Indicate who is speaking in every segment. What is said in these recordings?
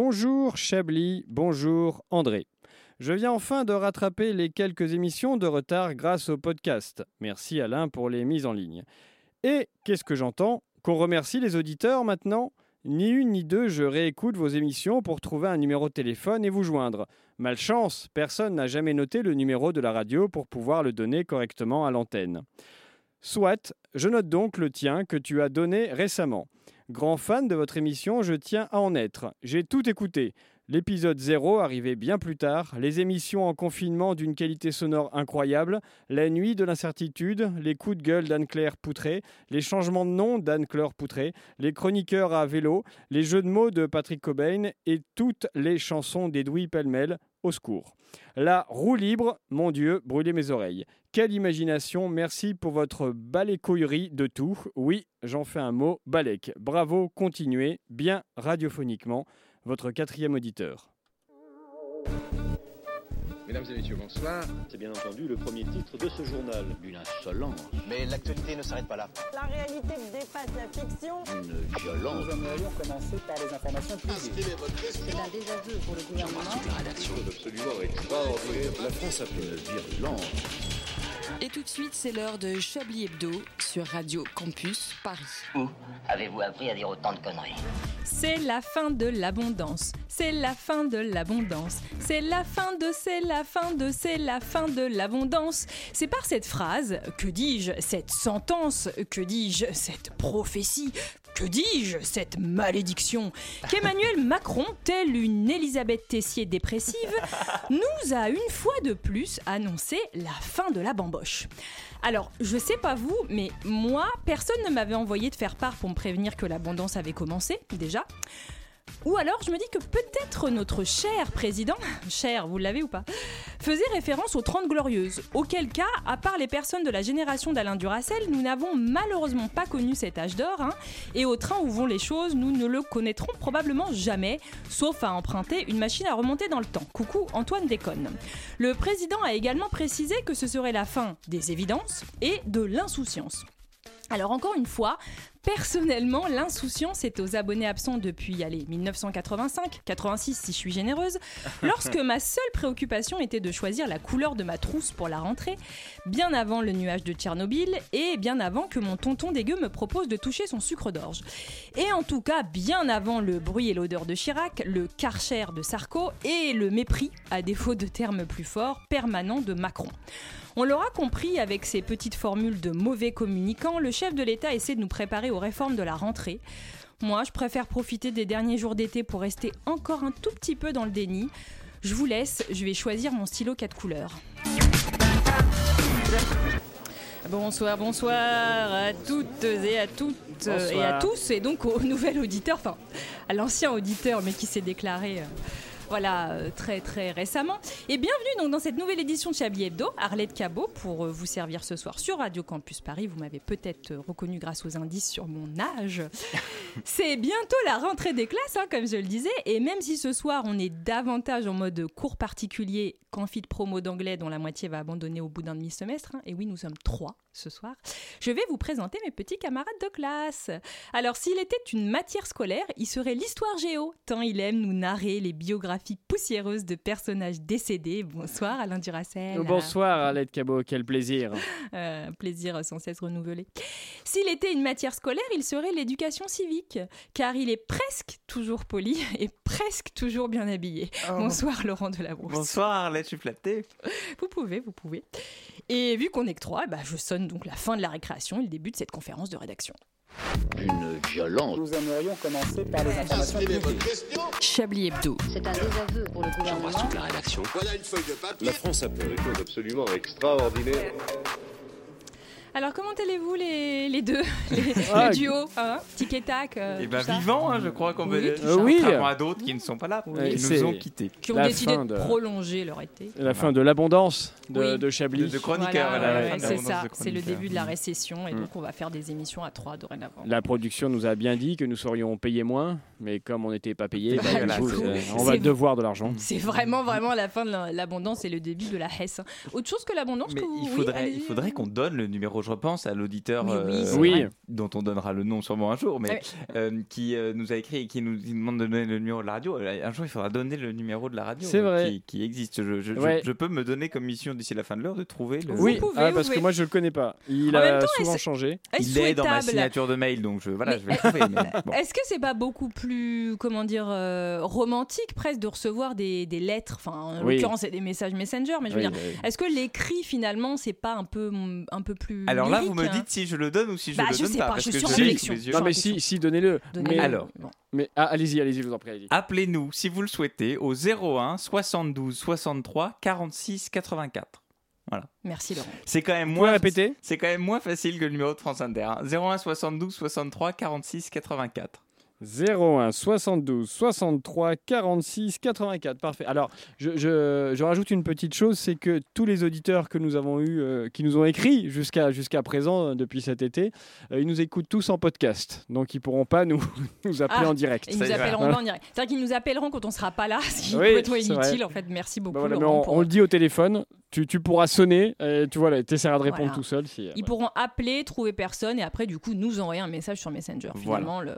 Speaker 1: Bonjour Chablis, bonjour André. Je viens enfin de rattraper les quelques émissions de retard grâce au podcast. Merci Alain pour les mises en ligne. Et qu'est-ce que j'entends Qu'on remercie les auditeurs maintenant Ni une ni deux, je réécoute vos émissions pour trouver un numéro de téléphone et vous joindre. Malchance, personne n'a jamais noté le numéro de la radio pour pouvoir le donner correctement à l'antenne. Soit, je note donc le tien que tu as donné récemment. Grand fan de votre émission, je tiens à en être. J'ai tout écouté. L'épisode 0 arrivait bien plus tard, les émissions en confinement d'une qualité sonore incroyable, la nuit de l'incertitude, les coups de gueule d'Anne-Claire Poutré, les changements de nom d'Anne-Claire Poutré, les chroniqueurs à vélo, les jeux de mots de Patrick Cobain et toutes les chansons d'Edoui Pellemel, au secours. La roue libre, mon Dieu, brûlez mes oreilles. Quelle imagination, merci pour votre balécoillerie de tout. Oui, j'en fais un mot, balèque. Bravo, continuez, bien radiophoniquement, votre quatrième auditeur.
Speaker 2: Mesdames et messieurs, bonsoir.
Speaker 3: C'est bien entendu le premier titre de ce journal. Une insolence.
Speaker 4: Mais l'actualité ne s'arrête pas là.
Speaker 5: La réalité dépasse la fiction.
Speaker 3: Une violence. Ah,
Speaker 6: Nous aimerions commencer par les informations privées.
Speaker 7: C'est un désaveu pour le gouvernement.
Speaker 3: La rédaction est absolument extraordinaire. La France a fait une virulence.
Speaker 8: Et tout de suite, c'est l'heure de Chablis Hebdo sur Radio Campus Paris.
Speaker 9: Où avez-vous appris à dire autant de conneries
Speaker 10: C'est la fin de l'abondance. C'est la fin de l'abondance. C'est la fin de, c'est la fin de, c'est la fin de l'abondance. C'est par cette phrase, que dis-je, cette sentence, que dis-je, cette prophétie, que dis-je, cette malédiction, qu'Emmanuel Macron, telle une Élisabeth Tessier dépressive, nous a une fois de plus annoncé la fin de la bamboche. Alors, je sais pas vous, mais moi, personne ne m'avait envoyé de faire part pour me prévenir que l'abondance avait commencé, déjà. Ou alors je me dis que peut-être notre cher président, cher, vous l'avez ou pas, faisait référence aux 30 glorieuses, auquel cas, à part les personnes de la génération d'Alain Duracel, nous n'avons malheureusement pas connu cet âge d'or, hein, et au train où vont les choses, nous ne le connaîtrons probablement jamais, sauf à emprunter une machine à remonter dans le temps. Coucou Antoine Déconne. Le président a également précisé que ce serait la fin des évidences et de l'insouciance. Alors encore une fois, personnellement, l'insouciance est aux abonnés absents depuis, allez, 1985, 86 si je suis généreuse, lorsque ma seule préoccupation était de choisir la couleur de ma trousse pour la rentrée, bien avant le nuage de Tchernobyl et bien avant que mon tonton dégueu me propose de toucher son sucre d'orge. Et en tout cas, bien avant le bruit et l'odeur de Chirac, le karcher de Sarko et le mépris, à défaut de termes plus forts, permanent de Macron. On l'aura compris avec ces petites formules de mauvais communicants, le chef de l'État essaie de nous préparer aux réformes de la rentrée. Moi, je préfère profiter des derniers jours d'été pour rester encore un tout petit peu dans le déni. Je vous laisse, je vais choisir mon stylo 4 couleurs. Bonsoir, bonsoir à toutes et à toutes bonsoir. et à tous, et donc au nouvel auditeur, enfin à l'ancien auditeur, mais qui s'est déclaré. Euh voilà, euh, très très récemment. Et bienvenue donc dans cette nouvelle édition de Chablis Hebdo, Arlette Cabot pour euh, vous servir ce soir sur Radio Campus Paris. Vous m'avez peut-être reconnu grâce aux indices sur mon âge. C'est bientôt la rentrée des classes, hein, comme je le disais, et même si ce soir on est davantage en mode cours particulier qu'amphi de promo d'anglais dont la moitié va abandonner au bout d'un demi-semestre, hein, et oui, nous sommes trois ce soir, je vais vous présenter mes petits camarades de classe. Alors s'il était une matière scolaire, il serait l'histoire géo, tant il aime nous narrer les biographies poussiéreuse de personnages décédés. Bonsoir Alain Duracel.
Speaker 1: Oh, Bonsoir Alette Cabot, quel plaisir.
Speaker 10: euh, plaisir sans cesse renouvelé. S'il était une matière scolaire, il serait l'éducation civique, car il est presque toujours poli et presque toujours bien habillé. Oh. Bonsoir Laurent Delabrousse.
Speaker 11: Bonsoir Arlette, je suis flattée.
Speaker 10: vous pouvez, vous pouvez. Et vu qu'on est que trois, bah, je sonne donc la fin de la récréation et le début de cette conférence de rédaction.
Speaker 3: Une violence.
Speaker 6: Nous aimerions commencer par les informations privées.
Speaker 8: Chablis Hebdo.
Speaker 7: C'est un désaveu pour le gouvernement.
Speaker 3: J'embrasse toute la rédaction.
Speaker 2: Voilà une feuille de papier.
Speaker 3: La France a fait des choses
Speaker 2: absolument extraordinaires.
Speaker 10: Alors, comment allez-vous les, les deux les, ah, Le duo hein Tic et tac euh,
Speaker 11: Et bien, bah, vivant, hein, je crois qu'on
Speaker 10: Oui,
Speaker 11: peut
Speaker 10: tout
Speaker 11: dire.
Speaker 10: ça.
Speaker 1: Oui.
Speaker 11: Contrairement à d'autres qui ne sont pas là,
Speaker 1: Oui.
Speaker 11: qui
Speaker 1: C'est-
Speaker 11: nous ont quittés.
Speaker 10: Qui ont
Speaker 1: La
Speaker 10: décidé
Speaker 1: fin
Speaker 10: de
Speaker 1: de-
Speaker 10: prolonger leur été.
Speaker 1: La fin de l'abondance de,
Speaker 10: Oui.
Speaker 1: de Chablis.
Speaker 11: De, de chroniqueurs,
Speaker 10: Voilà,
Speaker 11: voilà, la
Speaker 10: ouais,
Speaker 11: fin de
Speaker 10: c'est
Speaker 11: l'abondance
Speaker 10: ça,
Speaker 11: de
Speaker 10: c'est le
Speaker 11: chroniqueurs.
Speaker 10: début de la récession et
Speaker 1: Mm.
Speaker 10: donc on va faire des émissions à trois dorénavant.
Speaker 1: La production nous a bien dit que nous serions payés moins, mais comme on n'était pas payés, bah,
Speaker 11: Voilà,
Speaker 1: du coup,
Speaker 11: c'est-
Speaker 1: euh, on
Speaker 10: c'est-
Speaker 1: va devoir de l'argent.
Speaker 11: Mm.
Speaker 10: C'est vraiment, vraiment la fin de la- l'abondance et le début de la Hesse. hein. Autre chose que l'abondance
Speaker 11: Mais
Speaker 10: que vous-
Speaker 11: il
Speaker 10: oui,
Speaker 11: faudrait,
Speaker 10: allez-y.
Speaker 11: il faudrait qu'on donne le numéro je repense à l'auditeur euh,
Speaker 10: Oui, oui, c'est Ah
Speaker 1: Oui. vrai.
Speaker 11: dont on donnera le nom sûrement un jour, mais euh, qui euh, nous a écrit et qui nous qui demande de donner le numéro de la radio. Euh, Un jour, il faudra donner le numéro de la radio
Speaker 1: C'est
Speaker 11: euh,
Speaker 1: vrai.
Speaker 11: Qui, qui existe. Je, je- je-
Speaker 1: Ouais.
Speaker 11: je peux me donner comme mission d'ici la fin de l'heure de trouver le.
Speaker 1: oui,
Speaker 10: pouvez,
Speaker 1: ah,
Speaker 10: vous
Speaker 1: parce que
Speaker 10: pouvez.
Speaker 1: moi je le connais pas. Il
Speaker 10: En
Speaker 1: a
Speaker 10: même temps,
Speaker 1: souvent
Speaker 10: est-ce-
Speaker 1: changé.
Speaker 10: Est-ce
Speaker 11: Il est dans ma
Speaker 10: Ah, souhaitable
Speaker 11: signature de mail, donc je, voilà,
Speaker 10: Mais-
Speaker 11: je vais le trouver. mais bon.
Speaker 10: Est-ce que c'est pas beaucoup plus, comment dire, euh, romantique presque de recevoir des, des lettres Enfin, en
Speaker 1: Oui.
Speaker 10: l'occurrence, c'est des messages Messenger, mais je veux
Speaker 1: Oui,
Speaker 10: dire, est-ce que l'écrit finalement, c'est pas un peu, mm, un peu plus.
Speaker 11: Alors là, vous me
Speaker 10: lyrique, hein
Speaker 11: dites si je le donne ou si je
Speaker 10: Bah,
Speaker 11: le
Speaker 10: je
Speaker 11: donne
Speaker 10: sais
Speaker 11: pas.
Speaker 10: pas,
Speaker 11: parce
Speaker 10: je suis
Speaker 11: que
Speaker 10: en
Speaker 11: l'ai
Speaker 10: réflexion.
Speaker 11: sous les yeux.
Speaker 1: Non, mais
Speaker 10: Sur la
Speaker 1: si, si, donnez-le.
Speaker 10: Donnez-le.
Speaker 1: Mais,
Speaker 11: Alors.
Speaker 10: Bon.
Speaker 1: mais ah, allez-y, allez-y, je vous en prie, allez-y.
Speaker 11: Appelez-nous si vous le souhaitez au 01 72 63 46 84.
Speaker 10: Merci Laurent.
Speaker 11: C'est quand même
Speaker 1: Vous pouvez
Speaker 11: moins
Speaker 1: répéter
Speaker 11: C'est quand même moins facile que le numéro de France Inter. hein. 01 72 63 46 84.
Speaker 1: 01 72 63 46 84. Parfait. Alors, je, je- je rajoute une petite chose, c'est que tous les auditeurs que nous avons eu, euh, qui nous ont écrit jusqu'à jusqu'à présent, euh, depuis cet été, euh, ils nous écoutent tous en podcast. Donc, ils pourront pas nous, nous appeler
Speaker 10: Ah,
Speaker 1: en direct.
Speaker 10: Et Ils nous
Speaker 11: Ça y va.
Speaker 10: appelleront pas en direct. C'est-à-dire qu'ils nous appelleront quand on sera pas là, ce qui est
Speaker 1: Oui,
Speaker 10: complètement
Speaker 1: c'est
Speaker 10: inutile en fait. Merci beaucoup
Speaker 1: Bah voilà, mais
Speaker 10: Laurent.
Speaker 1: on,
Speaker 10: pour- euh,
Speaker 1: on le dit au téléphone, tu, tu pourras sonner, et tu vois, tu essaieras de répondre
Speaker 10: Voilà.
Speaker 1: tout seul. Si, euh,
Speaker 10: Ils pourront appeler, trouver personne et après du coup nous envoyer un message sur Messenger.
Speaker 11: Voilà.
Speaker 10: Finalement, le-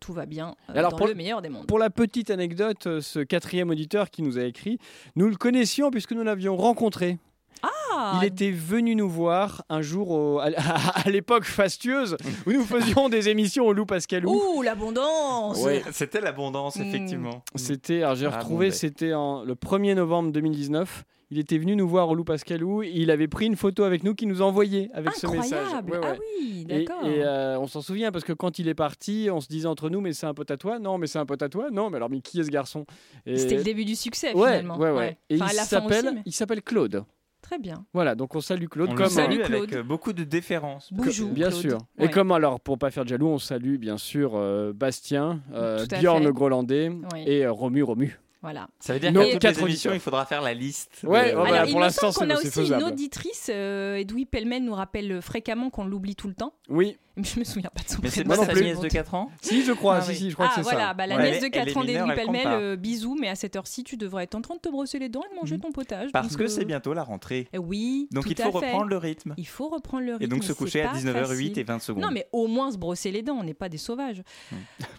Speaker 10: tout va bien euh,
Speaker 1: Et alors,
Speaker 10: dans
Speaker 1: pour-
Speaker 10: le meilleur des mondes.
Speaker 1: Pour la petite anecdote, euh, ce quatrième auditeur qui nous a écrit, nous le connaissions puisque nous l'avions rencontré.
Speaker 10: Ah,
Speaker 1: Il était venu nous voir un jour au- à, à l'époque fastueuse où nous faisions des émissions au Loup Pascalou.
Speaker 10: Ouh, l'abondance
Speaker 11: C'était l'abondance,
Speaker 10: Mm.
Speaker 11: effectivement.
Speaker 1: C'était, alors j'ai
Speaker 11: Ah,
Speaker 1: retrouvé,
Speaker 11: bon, ben.
Speaker 1: c'était en- le 1er novembre 2019. Il était venu nous voir au Loup Pascalou. Il avait pris une photo avec nous qui nous envoyait avec ce message.
Speaker 10: Incroyable
Speaker 1: Ouais, ouais.
Speaker 10: Ah oui,
Speaker 1: Et,
Speaker 10: d'accord.
Speaker 1: et, euh, on s'en souvient parce que quand il est parti, on se disait entre nous, mais c'est un pote à toi Non, mais c'est un pote à toi Non, mais alors, mais qui est ce garçon Et-
Speaker 10: C'était le début du succès
Speaker 1: ouais,
Speaker 10: finalement.
Speaker 1: Ouais, ouais. Et
Speaker 10: Enfin, à
Speaker 1: il
Speaker 10: la fin aussi,
Speaker 1: s'appelle,
Speaker 10: mais-
Speaker 1: il s'appelle Claude.
Speaker 10: Très bien.
Speaker 1: Voilà, donc on salue Claude
Speaker 11: On
Speaker 1: comme hein.
Speaker 11: le salue
Speaker 10: euh,
Speaker 11: avec
Speaker 10: Claude.
Speaker 11: euh, beaucoup de déférence.
Speaker 1: que-
Speaker 10: Bonjour.
Speaker 1: bien
Speaker 10: Claude.
Speaker 1: sûr. Et
Speaker 10: Ouais.
Speaker 1: comme alors, pour pas faire de jaloux, on salue bien sûr euh, Bastien, euh,
Speaker 10: Tout à
Speaker 1: Bjorn
Speaker 10: fait.
Speaker 1: le Groenlandais
Speaker 10: Oui.
Speaker 1: et euh, Romu Romu.
Speaker 10: Voilà.
Speaker 11: Ça veut dire
Speaker 1: Non,
Speaker 11: qu'à toutes les
Speaker 1: quatre
Speaker 11: émissions,
Speaker 1: auditeurs.
Speaker 11: il faudra faire la liste.
Speaker 1: Ouais,
Speaker 11: de-
Speaker 1: ouais,
Speaker 10: Alors,
Speaker 1: Euh, voilà,
Speaker 10: il
Speaker 1: Ah bah, pour
Speaker 10: me
Speaker 1: l'instant,
Speaker 10: semble qu'on
Speaker 1: c'est-
Speaker 10: a
Speaker 1: c'est
Speaker 10: aussi
Speaker 1: faisable.
Speaker 10: une auditrice, euh, Edoui Pellemel nous rappelle fréquemment qu'on l'oublie tout le temps.
Speaker 1: Oui,
Speaker 10: Mais je me souviens pas de son
Speaker 11: Mais c'est
Speaker 10: prénom.
Speaker 11: pas
Speaker 1: Moi
Speaker 11: sa
Speaker 1: non plus.
Speaker 11: nièce de 4 ans
Speaker 1: si je crois,
Speaker 11: Ah
Speaker 1: si,
Speaker 11: oui.
Speaker 1: si, je crois
Speaker 10: ah
Speaker 1: que c'est
Speaker 10: voilà,
Speaker 1: ça.
Speaker 10: bah, la
Speaker 11: Ouais.
Speaker 10: nièce
Speaker 11: Elle
Speaker 10: de
Speaker 11: est-
Speaker 10: 4 ans
Speaker 11: elle est mineure,
Speaker 10: d'Edoui
Speaker 11: elle compte
Speaker 10: Pellemel,
Speaker 11: pas. Mm.
Speaker 10: euh, bisous, mais à cette heure-ci, tu devrais être en train de te brosser les dents et de manger
Speaker 1: Mhm.
Speaker 10: ton potage.
Speaker 11: Parce
Speaker 10: donc,
Speaker 11: que
Speaker 10: euh,
Speaker 11: c'est bientôt la rentrée.
Speaker 10: eh Oui,
Speaker 11: Donc
Speaker 10: tout
Speaker 11: il faut
Speaker 10: à fait.
Speaker 11: reprendre le rythme.
Speaker 10: Il faut reprendre le rythme.
Speaker 11: Et donc se
Speaker 10: c'est
Speaker 11: coucher à
Speaker 10: pas
Speaker 11: 19h08
Speaker 10: facile.
Speaker 11: et Mm. 20 secondes.
Speaker 10: Non, mais au moins se brosser les dents, on n'est pas des sauvages.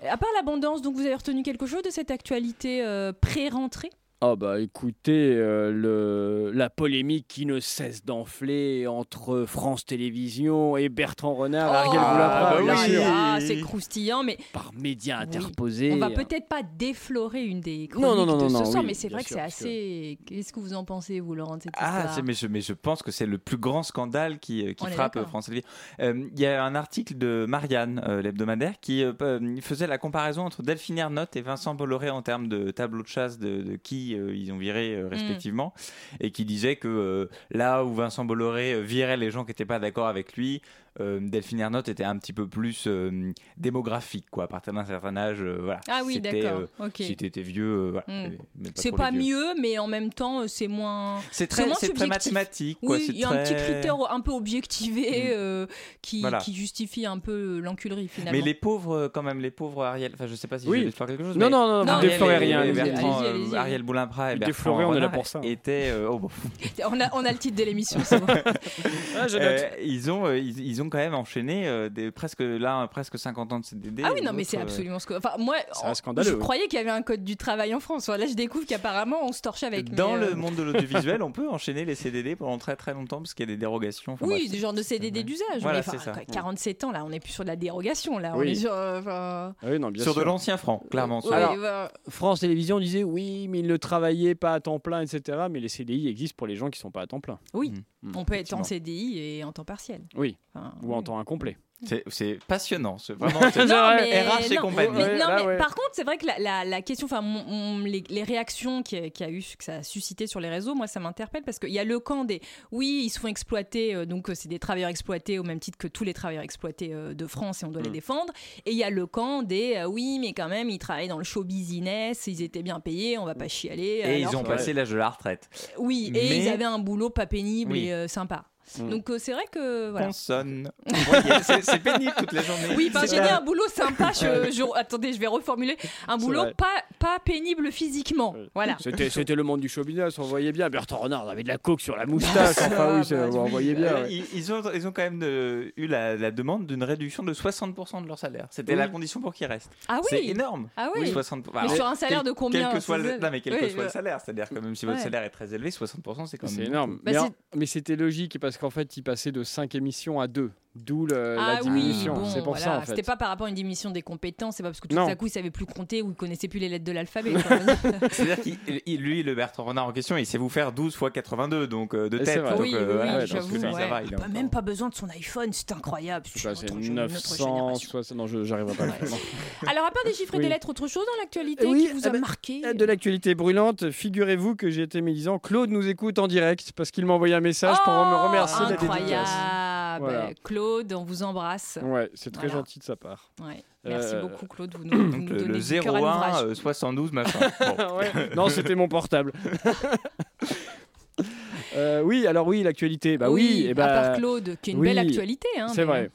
Speaker 10: À part l'abondance, donc vous avez retenu quelque chose de cette actualité euh, pré-rentrée
Speaker 1: Ah bah écoutez, euh, le, la polémique qui ne cesse d'enfler entre France Télévisions et Bertrand
Speaker 10: Oh.
Speaker 1: Renard, Ariel
Speaker 11: Ah,
Speaker 1: Boulabra,
Speaker 11: bah
Speaker 1: bien
Speaker 11: oui.
Speaker 1: sûr,
Speaker 10: là, Ah, c'est croustillant, mais
Speaker 1: par médias
Speaker 10: Oui.
Speaker 1: interposés.
Speaker 10: on va peut-être pas déflorer une des chroniques
Speaker 1: euh, Non, non, non,
Speaker 10: de
Speaker 1: non,
Speaker 10: ce
Speaker 1: non,
Speaker 10: soir,
Speaker 1: oui,
Speaker 10: mais c'est
Speaker 1: bien
Speaker 10: vrai que
Speaker 1: sûr,
Speaker 10: c'est
Speaker 1: parce que-
Speaker 10: assez... Qu'est-ce que vous en pensez, vous, Laurent, de cette
Speaker 11: Ah,
Speaker 10: histoire
Speaker 11: c'est- mais je, mais je pense que c'est le plus grand scandale qui, euh, qui
Speaker 10: On est
Speaker 11: frappe euh,
Speaker 10: d'accord.
Speaker 11: France Télévisions. Euh, Il y a un article de Marianne, euh, l'hebdomadaire, qui euh, euh, faisait la comparaison entre Delphine Ernotte et Vincent Bolloré en termes de tableau de chasse de, de qui euh, ils ont viré
Speaker 10: Mm.
Speaker 11: euh, respectivement, et qui disait que euh, là où Vincent Bolloré euh, virait les gens qui n'étaient pas d'accord avec lui, euh, Delphine Ernotte était un petit peu plus euh, démographique, quoi, à partir d'un certain âge. euh, voilà.
Speaker 10: Ah oui,
Speaker 11: C'était,
Speaker 10: d'accord,
Speaker 11: euh,
Speaker 10: ok.
Speaker 11: Si t'étais vieux, euh, voilà,
Speaker 10: Mm.
Speaker 11: mais
Speaker 10: C'est
Speaker 11: trop
Speaker 10: pas
Speaker 11: les vieux.
Speaker 10: mieux, mais en même temps, euh, c'est moins...
Speaker 11: C'est
Speaker 10: C'est
Speaker 11: très,
Speaker 10: moins
Speaker 11: c'est très
Speaker 10: subjectif.
Speaker 11: mathématique. quoi,
Speaker 10: Oui,
Speaker 11: c'est
Speaker 10: il y a un petit
Speaker 11: très-
Speaker 10: critère un peu objectivé
Speaker 11: Mm.
Speaker 10: euh, qui,
Speaker 11: Voilà.
Speaker 10: qui justifie un peu euh, l'enculerie, finalement.
Speaker 11: Mais les pauvres, euh, quand même, les pauvres Ariel. Enfin, je sais pas si
Speaker 1: Oui.
Speaker 11: je déflore quelque chose.
Speaker 1: Non,
Speaker 11: mais
Speaker 1: non, non,
Speaker 10: Non,
Speaker 1: vous
Speaker 10: mais-
Speaker 1: ne
Speaker 11: Ariel
Speaker 1: déflorez
Speaker 11: et-
Speaker 1: rien.
Speaker 11: et
Speaker 10: allez-y,
Speaker 11: Bertrand,
Speaker 10: allez-y, allez-y.
Speaker 11: euh, Ariel Boulin-Prat et
Speaker 1: Vous
Speaker 11: Bertrand
Speaker 1: déflorez, on est là
Speaker 11: Renard
Speaker 1: pour ça. hein.
Speaker 11: étaient, euh, oh, bon.
Speaker 10: On, a, on a le titre de l'émission, c'est bon.
Speaker 1: Ah, je note.
Speaker 11: Euh, ils, ont, euh, ils, ils ont quand même enchaîné euh, des, presque, là, euh, presque 50 ans de CDD.
Speaker 10: Ah oui, non,
Speaker 11: D'autres,
Speaker 10: mais c'est
Speaker 11: euh,
Speaker 10: absolument ce que. Enfin, moi,
Speaker 1: Ça reste
Speaker 10: en-
Speaker 1: scandaleux,
Speaker 10: Je
Speaker 1: oui.
Speaker 10: croyais qu'il y avait un code du travail en France. Voilà, Là, je découvre qu'apparemment, on se torche avec. mais,
Speaker 11: Dans
Speaker 10: euh,
Speaker 11: le monde de l'audiovisuel, on peut enchaîner les CDD pendant très très longtemps parce qu'il y a des dérogations. Enfin,
Speaker 10: Oui,
Speaker 11: bref.
Speaker 10: du genre de CDD
Speaker 11: Ouais.
Speaker 10: d'usage.
Speaker 11: Voilà,
Speaker 10: mais enfin,
Speaker 11: c'est ça.
Speaker 10: quoi, 47 ans, là, on n'est plus sur de la dérogation, là. On
Speaker 1: Oui.
Speaker 10: est sur. euh, enfin,
Speaker 1: Ah oui, non, bien
Speaker 11: Sur de
Speaker 1: sûr.
Speaker 11: l'ancien franc, clairement.
Speaker 10: ouais,
Speaker 11: sur-
Speaker 1: Alors-
Speaker 10: voilà.
Speaker 1: France Télévisions disait oui, mais ils ne travaillaient pas à temps plein, etc. Mais les CDI existent pour les gens qui sont pas à temps plein.
Speaker 10: oui,
Speaker 1: Mm.
Speaker 10: on peut être en
Speaker 11: Effectivement.
Speaker 10: CDI et en temps partiel.
Speaker 1: Oui.
Speaker 10: Enfin,
Speaker 1: Ou en
Speaker 10: oui.
Speaker 1: temps incomplet.
Speaker 11: C'est- C'est passionnant. ce- Vraiment, c'est-
Speaker 10: Non,
Speaker 1: Ouais,
Speaker 10: mais,
Speaker 11: RH et
Speaker 10: non,
Speaker 11: compagnie.
Speaker 10: mais-
Speaker 1: Ouais,
Speaker 10: non,
Speaker 1: là,
Speaker 10: mais
Speaker 1: ouais.
Speaker 10: par contre, c'est vrai que la, la- la question, enfin, mon- mon- les, les réactions qu'il y, a- qu'il y a eu, que ça a suscité sur les réseaux, moi, ça m'interpelle parce qu'il y a le camp des oui, ils se font exploiter, euh, donc euh, c'est des travailleurs exploités au même titre que tous les travailleurs exploités euh, de France et on doit les
Speaker 1: Mm.
Speaker 10: défendre. Et il y a le camp des euh, oui, mais quand même, ils travaillaient dans le show business, ils étaient bien payés, on va pas chialer.
Speaker 11: Et
Speaker 10: alors-
Speaker 11: ils ont
Speaker 1: Ouais.
Speaker 11: passé l'âge de la retraite.
Speaker 10: Oui, et
Speaker 11: mais-
Speaker 10: ils avaient un boulot pas pénible
Speaker 11: Oui.
Speaker 10: et euh, sympa.
Speaker 1: Mm.
Speaker 10: Donc euh, c'est vrai que voilà.
Speaker 11: Consonne. Vous voyez, c'est- c'est pénible toute la journée.
Speaker 10: Oui, ben,
Speaker 11: C'est
Speaker 10: j'ai
Speaker 11: pas-
Speaker 10: dit un boulot sympa. Je, je- attendez, je vais reformuler. Un boulot
Speaker 1: vrai.
Speaker 10: pas, pas pénible physiquement.
Speaker 1: Ouais.
Speaker 10: Voilà.
Speaker 1: C'était, c'était le monde du show business, on voyait bien. Bertrand Renard avait de la coke sur la moustache.
Speaker 11: Ah,
Speaker 1: enfin, oui, c'est-
Speaker 11: bah,
Speaker 1: on
Speaker 11: oui.
Speaker 1: voyait bien.
Speaker 10: Ah,
Speaker 11: Euh,
Speaker 1: ouais.
Speaker 11: ils, ils ont, ils ont quand même euh, eu la, la demande d'une réduction de 60% de leur salaire. C'était
Speaker 1: Oui.
Speaker 11: la condition pour qu'ils restent.
Speaker 10: Ah
Speaker 11: C'est
Speaker 10: oui.
Speaker 11: énorme.
Speaker 10: Ah oui.
Speaker 11: 60...
Speaker 10: Mais sur un salaire de combien
Speaker 11: quel que soit le...
Speaker 10: c'est-
Speaker 11: Non, mais quel
Speaker 10: Oui,
Speaker 11: que soit le
Speaker 10: euh,
Speaker 11: salaire. C'est-à-dire que même si votre
Speaker 10: Ouais.
Speaker 11: salaire est très élevé, 60% c'est quand même.
Speaker 1: C'est énorme.
Speaker 10: Bah,
Speaker 1: mais,
Speaker 10: c'est-
Speaker 1: en- mais c'était logique parce qu'en fait, il passait de 5 émissions à 2. D'où le-
Speaker 10: Ah
Speaker 1: la
Speaker 10: oui,
Speaker 1: diminution.
Speaker 10: bon,
Speaker 1: c'est pour
Speaker 10: voilà.
Speaker 1: ça en fait.
Speaker 10: C'était pas par rapport à une diminution des compétences, c'est pas parce que tout
Speaker 1: Non.
Speaker 10: à coup ils savaient plus compter ou ils connaissaient plus les lettres de l'alphabet.
Speaker 11: C'est-à-dire qu'il, il- lui, le Bertrand Renard en question, il sait vous faire 12 fois 82, donc euh, de
Speaker 1: Et c'est
Speaker 11: tête.
Speaker 1: vrai.
Speaker 11: Donc,
Speaker 10: Oui, oui, oui,
Speaker 11: donc,
Speaker 10: j'avoue,
Speaker 11: lui, ça
Speaker 10: ouais.
Speaker 11: va, il est encore-
Speaker 10: même pas besoin de son iPhone, c'est incroyable.
Speaker 1: Je sais pas, c'est 960. Non, je j'arriverai pas là. Non.
Speaker 10: Alors, à part des chiffres et
Speaker 1: Oui.
Speaker 10: des lettres, autre chose dans l'actualité
Speaker 1: Oui,
Speaker 10: qui vous a
Speaker 1: ah ben,
Speaker 10: marqué
Speaker 1: De l'actualité brûlante, figurez-vous que j'ai été médisant. Claude nous écoute en direct parce qu'il m'a envoyé un message pour me
Speaker 10: Oh,
Speaker 1: remercier de la dédicace.
Speaker 10: Incroyable.
Speaker 1: Voilà.
Speaker 10: Claude, on vous embrasse.
Speaker 1: Ouais, c'est très
Speaker 10: Voilà.
Speaker 1: gentil de sa part.
Speaker 10: Ouais. Merci
Speaker 1: Euh,
Speaker 10: beaucoup, Claude. Vous nous, vous
Speaker 11: donc,
Speaker 10: nous
Speaker 11: le,
Speaker 10: donnez
Speaker 11: le
Speaker 10: du cœur à
Speaker 11: 01
Speaker 10: l'ouvrage.
Speaker 11: euh, 72 machin. Bon.
Speaker 10: Ah
Speaker 1: non, c'était mon portable. Euh, oui, alors oui, l'actualité. Bah oui, et
Speaker 10: à
Speaker 1: bah,
Speaker 10: part Claude, qui est une
Speaker 1: oui,
Speaker 10: belle actualité. hein,
Speaker 1: c'est
Speaker 10: mais- hein.
Speaker 1: vrai.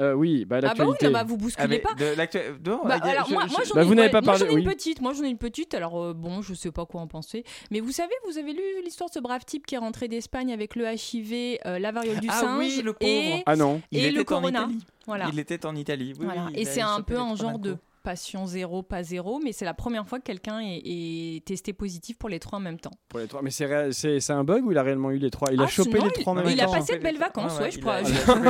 Speaker 1: Euh, oui, bah
Speaker 10: Ah bah oui,
Speaker 1: l'actualité.
Speaker 10: non, bah, vous
Speaker 11: Ah, mais
Speaker 10: bousculez pas.
Speaker 11: de l'actu- non,
Speaker 10: Bah,
Speaker 11: il y a-
Speaker 10: alors,
Speaker 11: je-
Speaker 10: moi,
Speaker 11: je-
Speaker 10: moi, j'en
Speaker 1: Bah,
Speaker 10: ai,
Speaker 1: vous n'avez
Speaker 10: ouais,
Speaker 1: pas
Speaker 10: moi,
Speaker 1: parlé,
Speaker 10: j'en ai une
Speaker 1: oui.
Speaker 10: petite. Moi, j'en ai une petite. Alors, euh, bon, je sais pas quoi en penser. Mais vous savez, vous avez lu l'histoire de ce brave type qui est rentré d'Espagne avec le HIV, euh, la variole du
Speaker 11: Ah
Speaker 10: singe
Speaker 11: oui, le pauvre.
Speaker 10: et,
Speaker 1: Ah non.
Speaker 11: il
Speaker 10: et
Speaker 11: était
Speaker 10: le
Speaker 11: en
Speaker 10: corona.
Speaker 11: Italie.
Speaker 10: Voilà.
Speaker 11: Il était en Italie. oui,
Speaker 10: Voilà.
Speaker 11: oui,
Speaker 10: Et
Speaker 11: il a-
Speaker 10: c'est
Speaker 11: il
Speaker 10: un
Speaker 11: s'est
Speaker 10: peu
Speaker 11: fait
Speaker 10: un genre
Speaker 11: des traumatos.
Speaker 10: de patient zéro, pas zéro, mais c'est la première fois que quelqu'un est, est testé positif pour les trois en même temps.
Speaker 1: Pour les trois. Mais c'est, ré- c'est, c'est un bug ou il a réellement eu les trois Il a
Speaker 10: Ah,
Speaker 1: chopé
Speaker 10: sinon,
Speaker 1: les trois en
Speaker 10: il-
Speaker 1: même
Speaker 10: il a
Speaker 1: temps. hein.
Speaker 10: passé de belles vacances, ouais, je
Speaker 11: il
Speaker 10: crois.
Speaker 11: a- il a-
Speaker 10: Très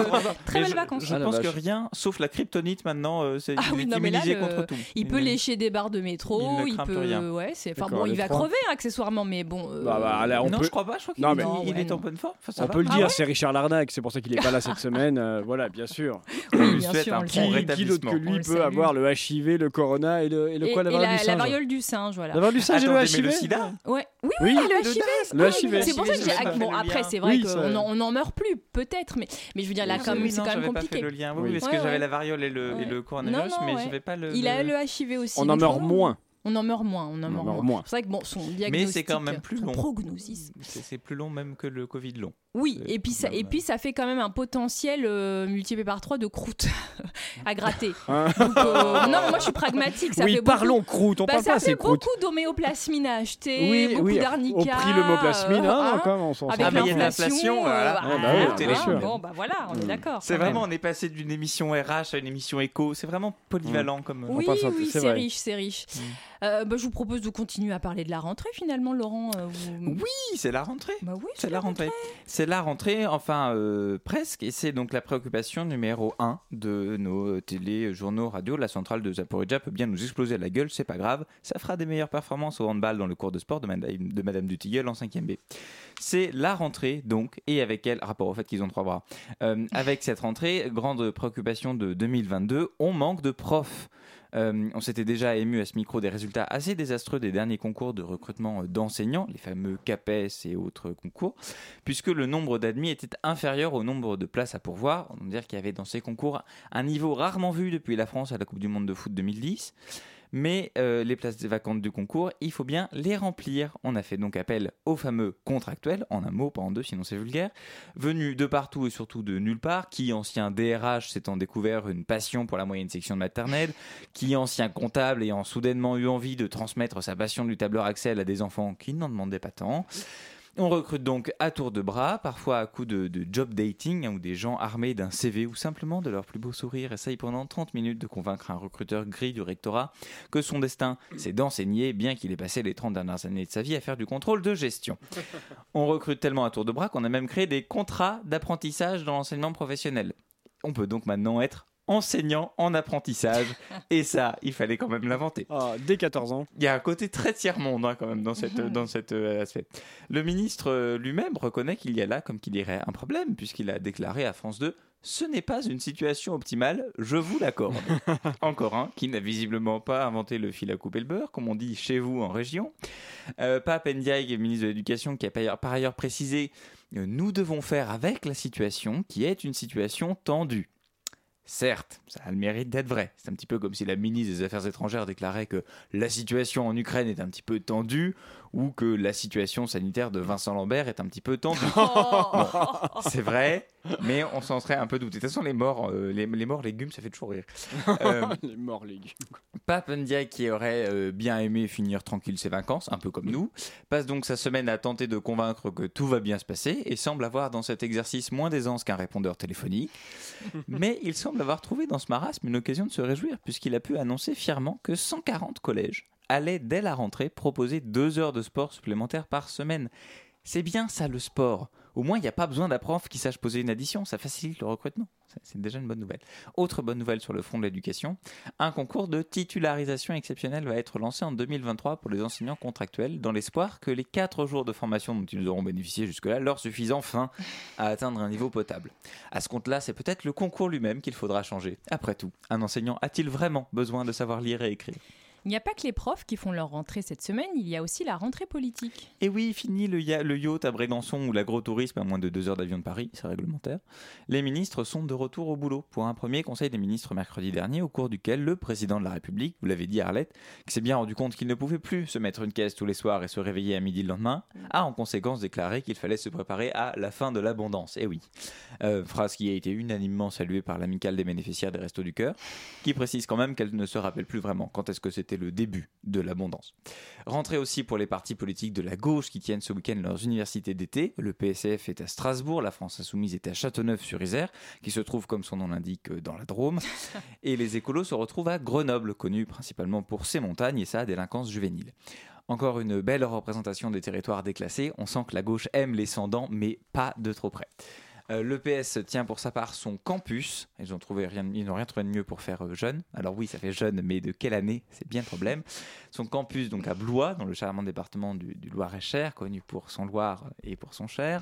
Speaker 11: Mais
Speaker 10: belles
Speaker 11: je-
Speaker 10: vacances.
Speaker 11: Je
Speaker 1: Ah, la
Speaker 11: pense que
Speaker 1: vache.
Speaker 11: rien, sauf la kryptonite maintenant, euh, c'est
Speaker 10: Ah
Speaker 11: il
Speaker 10: oui,
Speaker 11: est
Speaker 10: non, mais là,
Speaker 11: immunisé
Speaker 10: le-
Speaker 11: contre tout.
Speaker 10: Il peut lécher des barres de
Speaker 11: il
Speaker 10: métro,
Speaker 11: ne
Speaker 10: il,
Speaker 11: craint plus
Speaker 10: peut,
Speaker 11: rien.
Speaker 10: ouais, c'est, enfin
Speaker 1: D'accord,
Speaker 10: bon,
Speaker 1: les
Speaker 10: il va
Speaker 1: trois.
Speaker 10: crever hein, accessoirement, mais bon. euh,
Speaker 1: Bah, bah, là, on
Speaker 11: non,
Speaker 1: peut,
Speaker 11: je crois pas. Je crois qu'il
Speaker 1: Non,
Speaker 11: est-
Speaker 1: mais-
Speaker 11: il- il
Speaker 10: Ouais,
Speaker 11: est en
Speaker 10: non.
Speaker 11: bonne forme. Enfin, ça
Speaker 1: On
Speaker 11: va.
Speaker 1: peut le
Speaker 10: Ah
Speaker 1: dire,
Speaker 10: ouais
Speaker 1: c'est Richard Larnac, c'est pour ça qu'il est pas là cette semaine. euh, voilà, bien sûr.
Speaker 11: On
Speaker 10: Oui,
Speaker 11: lui
Speaker 10: bien
Speaker 11: souhaite
Speaker 10: sûr, on
Speaker 11: un
Speaker 10: le
Speaker 11: prompt
Speaker 10: sait.
Speaker 1: Qui, qui d'autre
Speaker 11: rétablissement.
Speaker 1: que
Speaker 10: On
Speaker 1: lui
Speaker 10: le
Speaker 1: peut
Speaker 10: salue.
Speaker 1: avoir le HIV, le corona et le, et le
Speaker 10: et,
Speaker 1: quoi, la
Speaker 10: et
Speaker 1: variole
Speaker 10: la,
Speaker 1: du singe
Speaker 10: la variole du singe, voilà.
Speaker 1: La variole du singe et le
Speaker 11: Attendez, mais
Speaker 1: HIV
Speaker 11: le sida
Speaker 10: Ouais. Oui, oui,
Speaker 1: Oui,
Speaker 10: le HIV.
Speaker 1: le
Speaker 10: c'est-
Speaker 1: HIV.
Speaker 10: C'est pour ça que j'ai.
Speaker 11: J'ai pas
Speaker 10: ah,
Speaker 11: fait
Speaker 10: Bon,
Speaker 11: le
Speaker 10: après,
Speaker 11: lien.
Speaker 10: c'est vrai
Speaker 1: Oui, ça-
Speaker 10: qu'on n'en on en meurt plus, peut-être, mais, mais je veux dire, là,
Speaker 11: Oui,
Speaker 10: quand même,
Speaker 11: oui,
Speaker 10: c'est
Speaker 11: non,
Speaker 10: quand même
Speaker 11: j'avais pas fait
Speaker 10: compliqué.
Speaker 11: le lien. Oui,
Speaker 1: Oui.
Speaker 11: oui, parce
Speaker 10: Ouais,
Speaker 11: que j'avais
Speaker 10: ouais.
Speaker 11: la variole et le, et
Speaker 10: Ouais.
Speaker 11: le coronavirus,
Speaker 10: Non, non,
Speaker 11: mais
Speaker 10: ouais.
Speaker 11: j'avais pas le.
Speaker 10: Il a
Speaker 11: le-
Speaker 10: le HIV aussi.
Speaker 1: On en
Speaker 10: donc
Speaker 1: meurt
Speaker 10: bon,
Speaker 1: moins.
Speaker 10: On en meurt moins. On en meurt moins.
Speaker 1: moins.
Speaker 10: C'est vrai que bon, son diagnostic.
Speaker 11: Mais c'est quand même plus
Speaker 10: son
Speaker 11: long.
Speaker 10: prognosis.
Speaker 11: C'est c'est plus long même que le Covid long.
Speaker 10: Oui,
Speaker 11: C'est
Speaker 10: et puis, ça,
Speaker 11: quand
Speaker 10: et
Speaker 11: même-
Speaker 10: puis ça fait quand même un potentiel euh, multiplié par 3 de croûte à gratter.
Speaker 1: Hein
Speaker 10: Donc, euh, non, moi je suis pragmatique. Ça
Speaker 1: Oui,
Speaker 10: fait beaucoup-
Speaker 1: parlons croûte, on
Speaker 10: Bah,
Speaker 1: parle pas
Speaker 10: ça fait
Speaker 1: assez croûte.
Speaker 10: beaucoup d'homéoplasmine à acheter,
Speaker 1: Oui,
Speaker 10: beaucoup
Speaker 1: oui,
Speaker 10: d'arnica.
Speaker 1: au prix l'homéoplasmine,
Speaker 10: euh,
Speaker 1: hein,
Speaker 10: hein,
Speaker 1: non, quand même, on s'en
Speaker 10: avec
Speaker 11: Ah,
Speaker 1: sort.
Speaker 11: mais il y a de
Speaker 10: l'inflation. euh,
Speaker 11: l'inflation, voilà.
Speaker 1: Ah, bah oui,
Speaker 10: voilà,
Speaker 1: bien sûr.
Speaker 10: Bon, bah voilà, on est
Speaker 1: Mm.
Speaker 10: d'accord.
Speaker 11: C'est
Speaker 10: quand même.
Speaker 11: vraiment, on est passé d'une émission RH à une émission éco. C'est vraiment polyvalent comme.
Speaker 10: Oui,
Speaker 1: passe à-
Speaker 10: oui, c'est
Speaker 1: c'est vrai. Hmm.
Speaker 10: riche, c'est riche.
Speaker 11: Mm.
Speaker 10: Euh, bah, je vous propose de continuer à parler de la rentrée finalement, Laurent. euh, vous-
Speaker 11: Oui, c'est la rentrée.
Speaker 10: Bah oui,
Speaker 11: C'est la rentrée. C'est la rentrée, enfin euh, presque, et c'est donc la préoccupation numéro 1 de nos télé, journaux, radio. La centrale de Zaporizhia peut bien nous exploser la gueule, c'est pas grave. Ça fera des meilleures performances au handball dans le cours de sport de Madame, de Madame Dutilleul en 5e B. C'est la rentrée donc, et avec elle, rapport au fait qu'ils ont trois bras. Euh, avec cette rentrée, grande préoccupation de 2022, on manque de profs. Euh, on s'était déjà ému à ce micro des résultats assez désastreux des derniers concours de recrutement euh, d'enseignants, les fameux CAPES et autres concours, puisque le nombre d'admis était inférieur au nombre de places à pourvoir. On va dire qu'il y avait dans ces concours un niveau rarement vu depuis la France à la Coupe du Monde de foot 2010. Mais euh, les places vacantes du concours, il faut bien les remplir. On a fait donc appel aux fameux contractuels, en un mot, pas en deux, sinon c'est vulgaire, venus de partout et surtout de nulle part, qui, ancien DRH, s'étant découvert une passion pour la moyenne section de maternelle, qui, ancien comptable, ayant soudainement eu envie de transmettre sa passion du tableur Axel à des enfants qui n'en demandaient pas tant. On recrute donc à tour de bras, parfois à coup de, de job dating, hein, où des gens armés d'un CV ou simplement de leur plus beau sourire essayent pendant 30 minutes de convaincre un recruteur gris du rectorat que son destin, c'est d'enseigner, bien qu'il ait passé les 30 dernières années de sa vie à faire du contrôle de gestion. On recrute tellement à tour de bras qu'on a même créé des contrats d'apprentissage dans l'enseignement professionnel. On peut donc maintenant être enseignant en apprentissage, et ça, il fallait quand même l'inventer.
Speaker 1: Ah, dès 14 ans.
Speaker 11: Il y a un côté très tiers-monde hein, quand même dans cet dans cette, euh, aspect. Le ministre euh, lui-même reconnaît qu'il y a là, comme qu'il dirait, un problème, puisqu'il a déclaré à France 2 Ce n'est pas une situation optimale, je vous l'accorde. Encore un qui n'a visiblement pas inventé le fil à couper le beurre, comme on dit chez vous en région. Euh, Pape Ndiaye, ministre de l'Éducation, qui a par ailleurs- par ailleurs précisé euh, Nous devons faire avec la situation, qui est une situation tendue. Certes, ça a le mérite d'être vrai. C'est un petit peu comme si la ministre des Affaires étrangères déclarait que la situation en Ukraine est un petit peu tendue ou que la situation sanitaire de Vincent Lambert est un petit peu tendue. Bon,
Speaker 1: Oh.
Speaker 11: c'est vrai, mais on s'en serait un peu douté. De toute façon, les morts, euh, les, les morts légumes, ça fait toujours rire. Euh,
Speaker 1: Les morts légumes.
Speaker 11: Pape Ndiaye, qui aurait euh, bien aimé finir tranquille ses vacances, un peu comme nous, passe donc sa semaine à tenter de convaincre que tout va bien se passer et semble avoir dans cet exercice moins d'aisance qu'un répondeur téléphonique. Mais il semble avoir trouvé dans ce marasme une occasion de se réjouir puisqu'il a pu annoncer fièrement que 140 collèges allaient dès la rentrée proposer deux heures de sport supplémentaires par semaine. C'est bien ça le sport. Au moins, il n'y a pas besoin d'un prof qui sache poser une addition, ça facilite le recrutement. C'est- C'est déjà une bonne nouvelle. Autre bonne nouvelle sur le front de l'éducation, un concours de titularisation exceptionnelle va être lancé en 2023 pour les enseignants contractuels dans l'espoir que les 4 jours de formation dont ils auront bénéficié jusque-là leur suffisent enfin à atteindre un niveau potable. À ce compte-là, c'est peut-être le concours lui-même qu'il faudra changer. Après tout, un enseignant a-t-il vraiment besoin de savoir lire et écrire
Speaker 10: Il n'y a pas que les profs qui font leur rentrée cette semaine, il y a aussi la rentrée politique.
Speaker 11: Et oui, fini le, ya- le yacht à Brégançon ou l'agrotourisme à moins de deux heures d'avion de Paris, c'est réglementaire. Les ministres sont de retour au boulot pour un premier conseil des ministres mercredi dernier, au cours duquel le président de la République, vous l'avez dit Arlette, qui s'est bien rendu compte qu'il ne pouvait plus se mettre une caisse tous les soirs et se réveiller à midi le lendemain, a en conséquence déclaré qu'il fallait se préparer à la fin de l'abondance. Et oui, Euh, phrase qui a été unanimement saluée par l'amicale des bénéficiaires des Restos du Cœur, qui précise quand même qu'elle ne se rappelle plus vraiment quand est-ce que c'était le début de l'abondance. Rentrée aussi pour les partis politiques de la gauche qui tiennent ce week-end leurs universités d'été. Le PSF est à Strasbourg, la France Insoumise est à Châteauneuf-sur-Isère, qui se trouve, comme son nom l'indique, euh, dans la Drôme. Et les écolos se retrouvent à Grenoble, connue principalement pour ses montagnes et sa délinquance juvénile. Encore une belle représentation des territoires déclassés. On sent que la gauche aime les sans-dents, mais pas de trop près. Euh, le PS tient pour sa part son campus. Ils ont trouvé rien, ils n'ont rien trouvé de mieux pour faire euh, jeune. Alors oui, ça fait jeune, mais de quelle année C'est bien le problème son campus donc à Blois, dans le charmant département du, du Loir-et-Cher, connu pour son Loir et pour son Cher.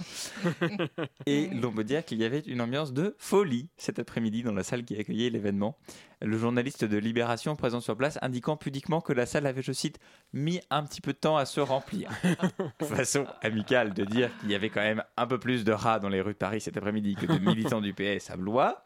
Speaker 11: et l'on peut dire qu'il y avait une ambiance de folie cet après-midi dans la salle qui accueillait l'événement. Le journaliste de Libération présent sur place indiquant pudiquement que la salle avait, je cite, mis un petit peu de temps à se remplir. Façon amicale de dire qu'il y avait quand même un peu plus de rats dans les rues de Paris cet après-midi que de militants du PS à Blois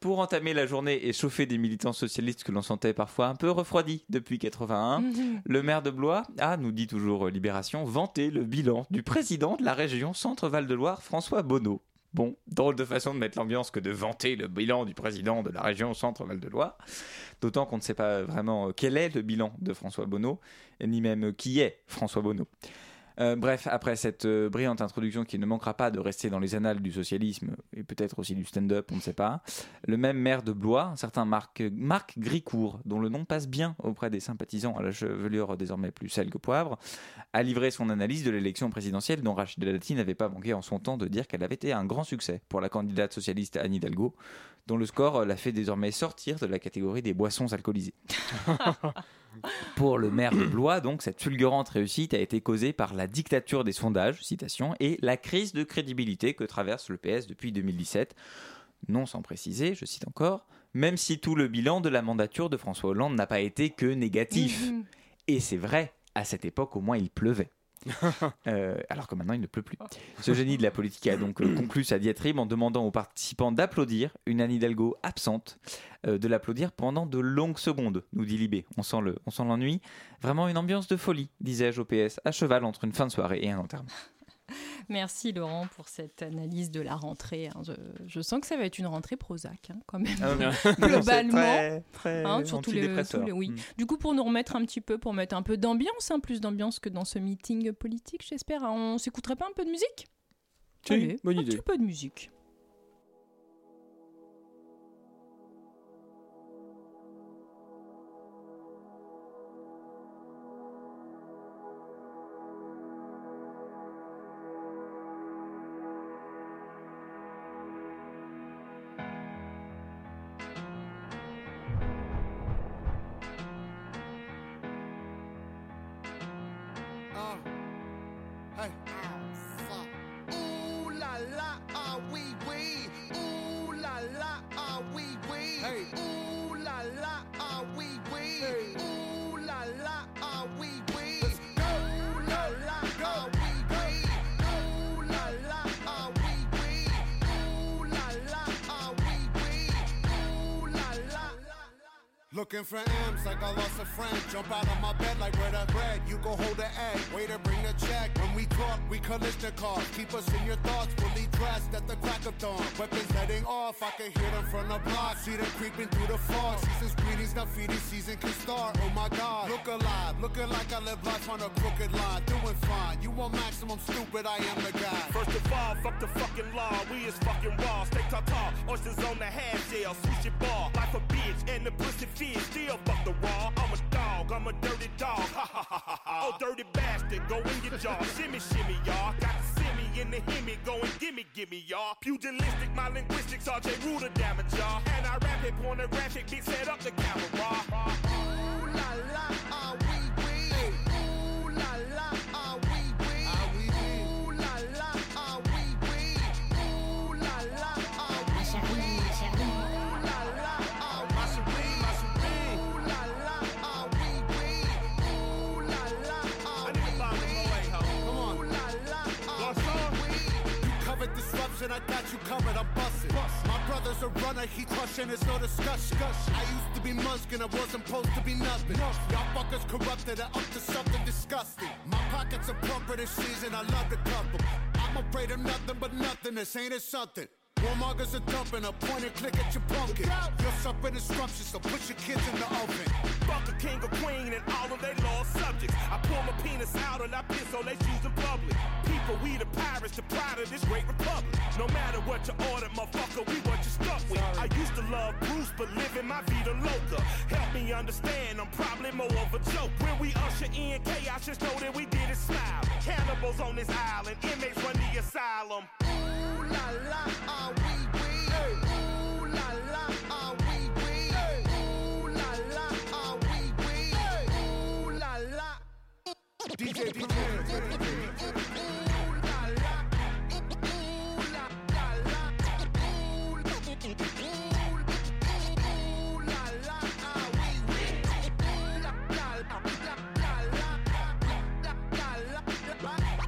Speaker 11: pour entamer la journée et chauffer des militants socialistes que l'on sentait parfois un peu refroidis depuis 81, le maire de Blois a, nous dit toujours euh, Libération, vanté le bilan du président de la région Centre-Val de Loire, François Bonneau. Bon, drôle de façon de mettre l'ambiance que de vanter le bilan du président de la région Centre-Val de Loire, d'autant qu'on ne sait pas vraiment euh, quel est le bilan de François Bonneau, ni même euh, qui est François Bonneau. Euh, bref, après cette euh, brillante introduction qui ne manquera pas de rester dans les annales du socialisme et peut-être aussi du stand-up, on ne sait pas, le même maire de Blois, un certain Marc, Marc Gricourt, dont le nom passe bien auprès des sympathisants à la chevelure désormais plus sale que poivre, a livré son analyse de l'élection présidentielle dont Rachida Dati n'avait pas manqué en son temps de dire qu'elle avait été un grand succès pour la candidate socialiste Anne Hidalgo, dont le score euh, la fait désormais sortir de la catégorie des boissons alcoolisées. Pour le maire de Blois, donc, cette fulgurante réussite a été causée par la dictature des sondages, citation, et la crise de crédibilité que traverse le PS depuis 2017. Non sans préciser, je cite encore, même si tout le bilan de la mandature de François Hollande n'a pas été que négatif.
Speaker 10: Mhm.
Speaker 11: Et c'est vrai, à cette époque, au moins, il pleuvait. Euh, alors que maintenant il ne pleut plus. Ce génie de la politique a donc euh, conclu sa diatribe en demandant aux participants d'applaudir une Anne Hidalgo absente, euh, de l'applaudir pendant de longues secondes, nous dit Libé. On sent le- on sent l'ennui. Vraiment une ambiance de folie, disais-je au PS, à cheval entre une fin de soirée et un enterrement.
Speaker 10: Merci Laurent pour cette analyse de la rentrée. hein. Je, je sens que ça va être une rentrée Prozac hein, quand même. Globalement, hein, sur tous les- tous les- oui.
Speaker 11: Hmm.
Speaker 10: Du coup, pour nous remettre un petit peu, pour mettre un peu d'ambiance, hein, plus d'ambiance que dans ce meeting politique, j'espère, hein, on s'écouterait pas un peu de musique
Speaker 1: Si,
Speaker 10: Allez,
Speaker 1: bonne
Speaker 10: un
Speaker 1: idée.
Speaker 10: petit peu de musique.
Speaker 2: Ouh là là, ah oui, oui. Ouh là là, ah oui, oui. Ouh là là, ah oui, oui. Ouh là là, ah oui, oui. Ouh là là, ah oui, oui. Ouh là là, ah oui, oui. Ouh là là, ah oui, oui. Ouh Looking for M's like I lost a friend. Jump out of my bed like where the bread. You go hold the egg. Waiter, bring the check. When we talk, we Kalishnikov. Keep us in your thoughts. Fully dressed at the crack of dawn. Weapons heading off. I can hear them from the block. See them creeping through the fog. Season's greetings. Now feeding season can start. Oh my God. Look alive. Looking like I live life on a crooked line. Doing fine. You want maximum stupid. I am the guy.
Speaker 12: First of all, fuck the fucking law. We is fucking raw. Stay top tall. Oysters on the half shell. Switch your ball. Life a bitch and the pussy fish. Still fuck the raw. I'm a dog. I'm a dirty dog. Ha ha ha ha ha. Oh, dirty bastard. Go in your jaw. shimmy, shimmy, y'all. Got to see me in the hemi. Go and gimme, gimme, y'all. Pugilistic. My linguistics are J. Ruler damage, y'all. And I rap it pornographic. Be set up the camera.
Speaker 2: Ooh la la. Are we we? Ooh la la. Are we we? Are we we? Ooh la la. Are we we? Ooh la la. Are we we? Ooh la la. Are we we? Ooh la la. Are we we? Ooh la la. Are we we? Come on. Ooh la la. Are we we? You covered disruption, I got you covered, I'm busted. My brother's a runner, he crushing, it's no discussion. I used to be Muskin, I wasn't supposed to be nothing. Y'all fuckers corrupted, I up to something disgusting. My pockets are plumper this season, I love to cup 'em. I'm afraid of nothing but nothing, this ain't it something. Warmongers are dumping, a point and click at your pumpkin. You're suffering disruption, so put your kids in the oven.
Speaker 12: Fuck a king or queen and all of they lost subjects. I pull my penis out and I piss on they shoes in public. People, we the pirates, the pride of this great republic. No matter what you order, motherfucker, we what you stuck with. I used to love Bruce, but living my vida loca. Help me understand, I'm probably more of a joke. When we usher in chaos, just know that we did it smile. Cannibals on this island, inmates run the asylum.
Speaker 2: Ooh la la, are we we? Ooh la la, are we we? Ooh la la, are we we? Ooh la la. DJ Premier. Ooh la la. Ooh la la la. Ooh la ooh la la, are we we? Ooh la la la la la la la la la la.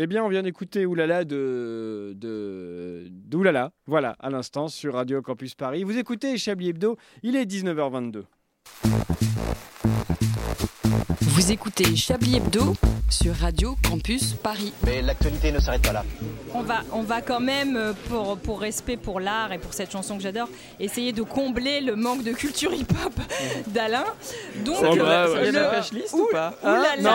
Speaker 1: Eh bien, on vient d'écouter Oulala de. de. d'Oulala, voilà, à l'instant, sur Radio Campus Paris. Vous écoutez Chablis Hebdo, il est 19h22.
Speaker 8: Vous écoutez Chablis Hebdo sur Radio Campus Paris.
Speaker 4: Mais l'actualité ne s'arrête pas là.
Speaker 10: On va, on va quand même, euh, pour, pour respect pour l'art et pour cette chanson que j'adore, essayer de combler le manque de culture hip-hop d'Alain. Donc,
Speaker 1: Ça va,
Speaker 10: euh,
Speaker 1: ouais,
Speaker 10: le-
Speaker 1: ça va.
Speaker 11: ou pas
Speaker 10: Oulala,
Speaker 1: Non,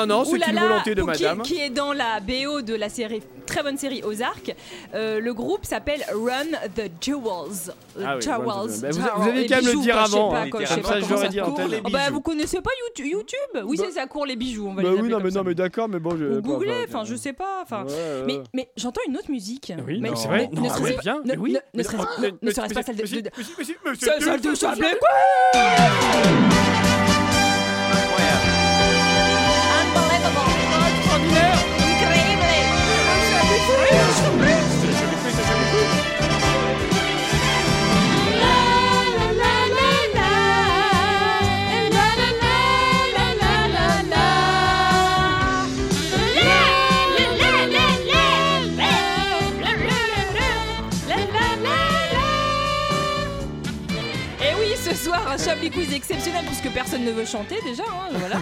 Speaker 1: Ah non, c'est une
Speaker 10: Oulala,
Speaker 1: Oh, volonté de
Speaker 10: ou qui-
Speaker 1: madame.
Speaker 10: Qui, est dans la BO de la série, très bonne série Ozark. Euh, le groupe s'appelle Run the Jewels. The
Speaker 1: Ah oui,
Speaker 10: Jewels.
Speaker 1: Run the- Bah, vous-
Speaker 10: Jewels.
Speaker 1: vous aviez
Speaker 10: Les
Speaker 1: qu'à me le
Speaker 10: bijoux,
Speaker 1: dire
Speaker 10: quoi, je sais
Speaker 1: avant,
Speaker 10: pas,
Speaker 1: hein,
Speaker 10: quoi, je sais
Speaker 1: littéralement.
Speaker 10: pas
Speaker 1: Comme ça,
Speaker 10: comment
Speaker 1: j'aurais dit en
Speaker 10: court.
Speaker 1: telle-
Speaker 10: Ah bah, vous connaissez pas YouTube, YouTube Oui,
Speaker 1: Bah-
Speaker 10: c'est ça court les bijoux, on va
Speaker 1: Bah
Speaker 10: les
Speaker 1: oui,
Speaker 10: appeler
Speaker 1: non,
Speaker 10: comme
Speaker 1: mais,
Speaker 10: ça.
Speaker 1: non, mais d'accord, mais bon, je.
Speaker 10: Ou
Speaker 1: bah,
Speaker 10: googlez,
Speaker 1: bah,
Speaker 10: enfin, je sais pas. Enfin,
Speaker 1: ouais, ouais.
Speaker 10: mais mais j'entends une autre musique.
Speaker 1: Oui,
Speaker 10: mais
Speaker 1: non,
Speaker 11: c'est
Speaker 1: vrai.
Speaker 10: ne-
Speaker 1: Non,
Speaker 10: ne serait-ce
Speaker 1: mais bien,
Speaker 10: ne-
Speaker 1: mais oui.
Speaker 10: ne-
Speaker 1: Mais-
Speaker 10: ne serait-ce
Speaker 1: mais-
Speaker 10: ne- ne serait-ce pas
Speaker 1: mais-
Speaker 10: celle de-
Speaker 1: mais-
Speaker 10: de-
Speaker 1: mais- mais- mais-
Speaker 10: Seule salle de Chablais, quoi Et Eh oui, ce soir, un Chablis Quiz exceptionnel puisque personne ne veut chanter déjà, hein, voilà.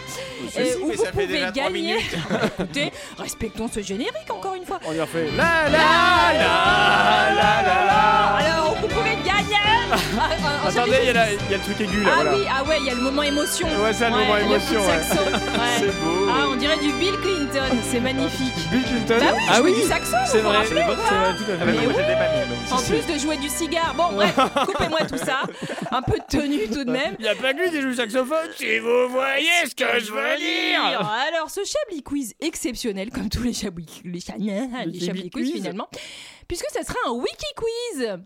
Speaker 10: Et où vous pouvez gagner. Bah, Écoutez, respectons ce générique encore une fois.
Speaker 1: On y a fait.
Speaker 10: Alors, vous pouvez gagner un- un- un Chablis
Speaker 1: Attendez, il y, a la- il y a le truc aigu là,
Speaker 10: Ah
Speaker 1: voilà.
Speaker 10: oui, ah ouais, il y a le moment émotion.
Speaker 1: Ouais, c'est le moment
Speaker 10: le
Speaker 1: émotion,
Speaker 10: coup de
Speaker 1: ouais.
Speaker 10: saxo, ouais.
Speaker 1: C'est beau.
Speaker 10: Ah, on dirait du Bill Clinton, c'est magnifique.
Speaker 1: Bill Clinton.
Speaker 10: Bah oui,
Speaker 1: ah
Speaker 10: jouer
Speaker 1: oui,
Speaker 10: du saxo,
Speaker 1: c'est
Speaker 10: vous vous
Speaker 1: vrai,
Speaker 10: rappelez ou
Speaker 1: c'est vrai, tout à fait.
Speaker 10: Mais oui. En
Speaker 1: Si,
Speaker 10: plus de jouer du cigare. Bon, bref, coupez-moi tout ça. Un peu de tenue tout de même.
Speaker 1: Il n'y a pas que lui qui joue le saxophone, si vous voyez ce que je veux dire
Speaker 10: Alors, ce Chablis Quiz exceptionnel, comme tous les Chablis, les Cha- les Chablis
Speaker 1: Chablis
Speaker 10: Quiz
Speaker 1: Quiz.
Speaker 10: finalement, puisque ça sera un Wiki Quiz.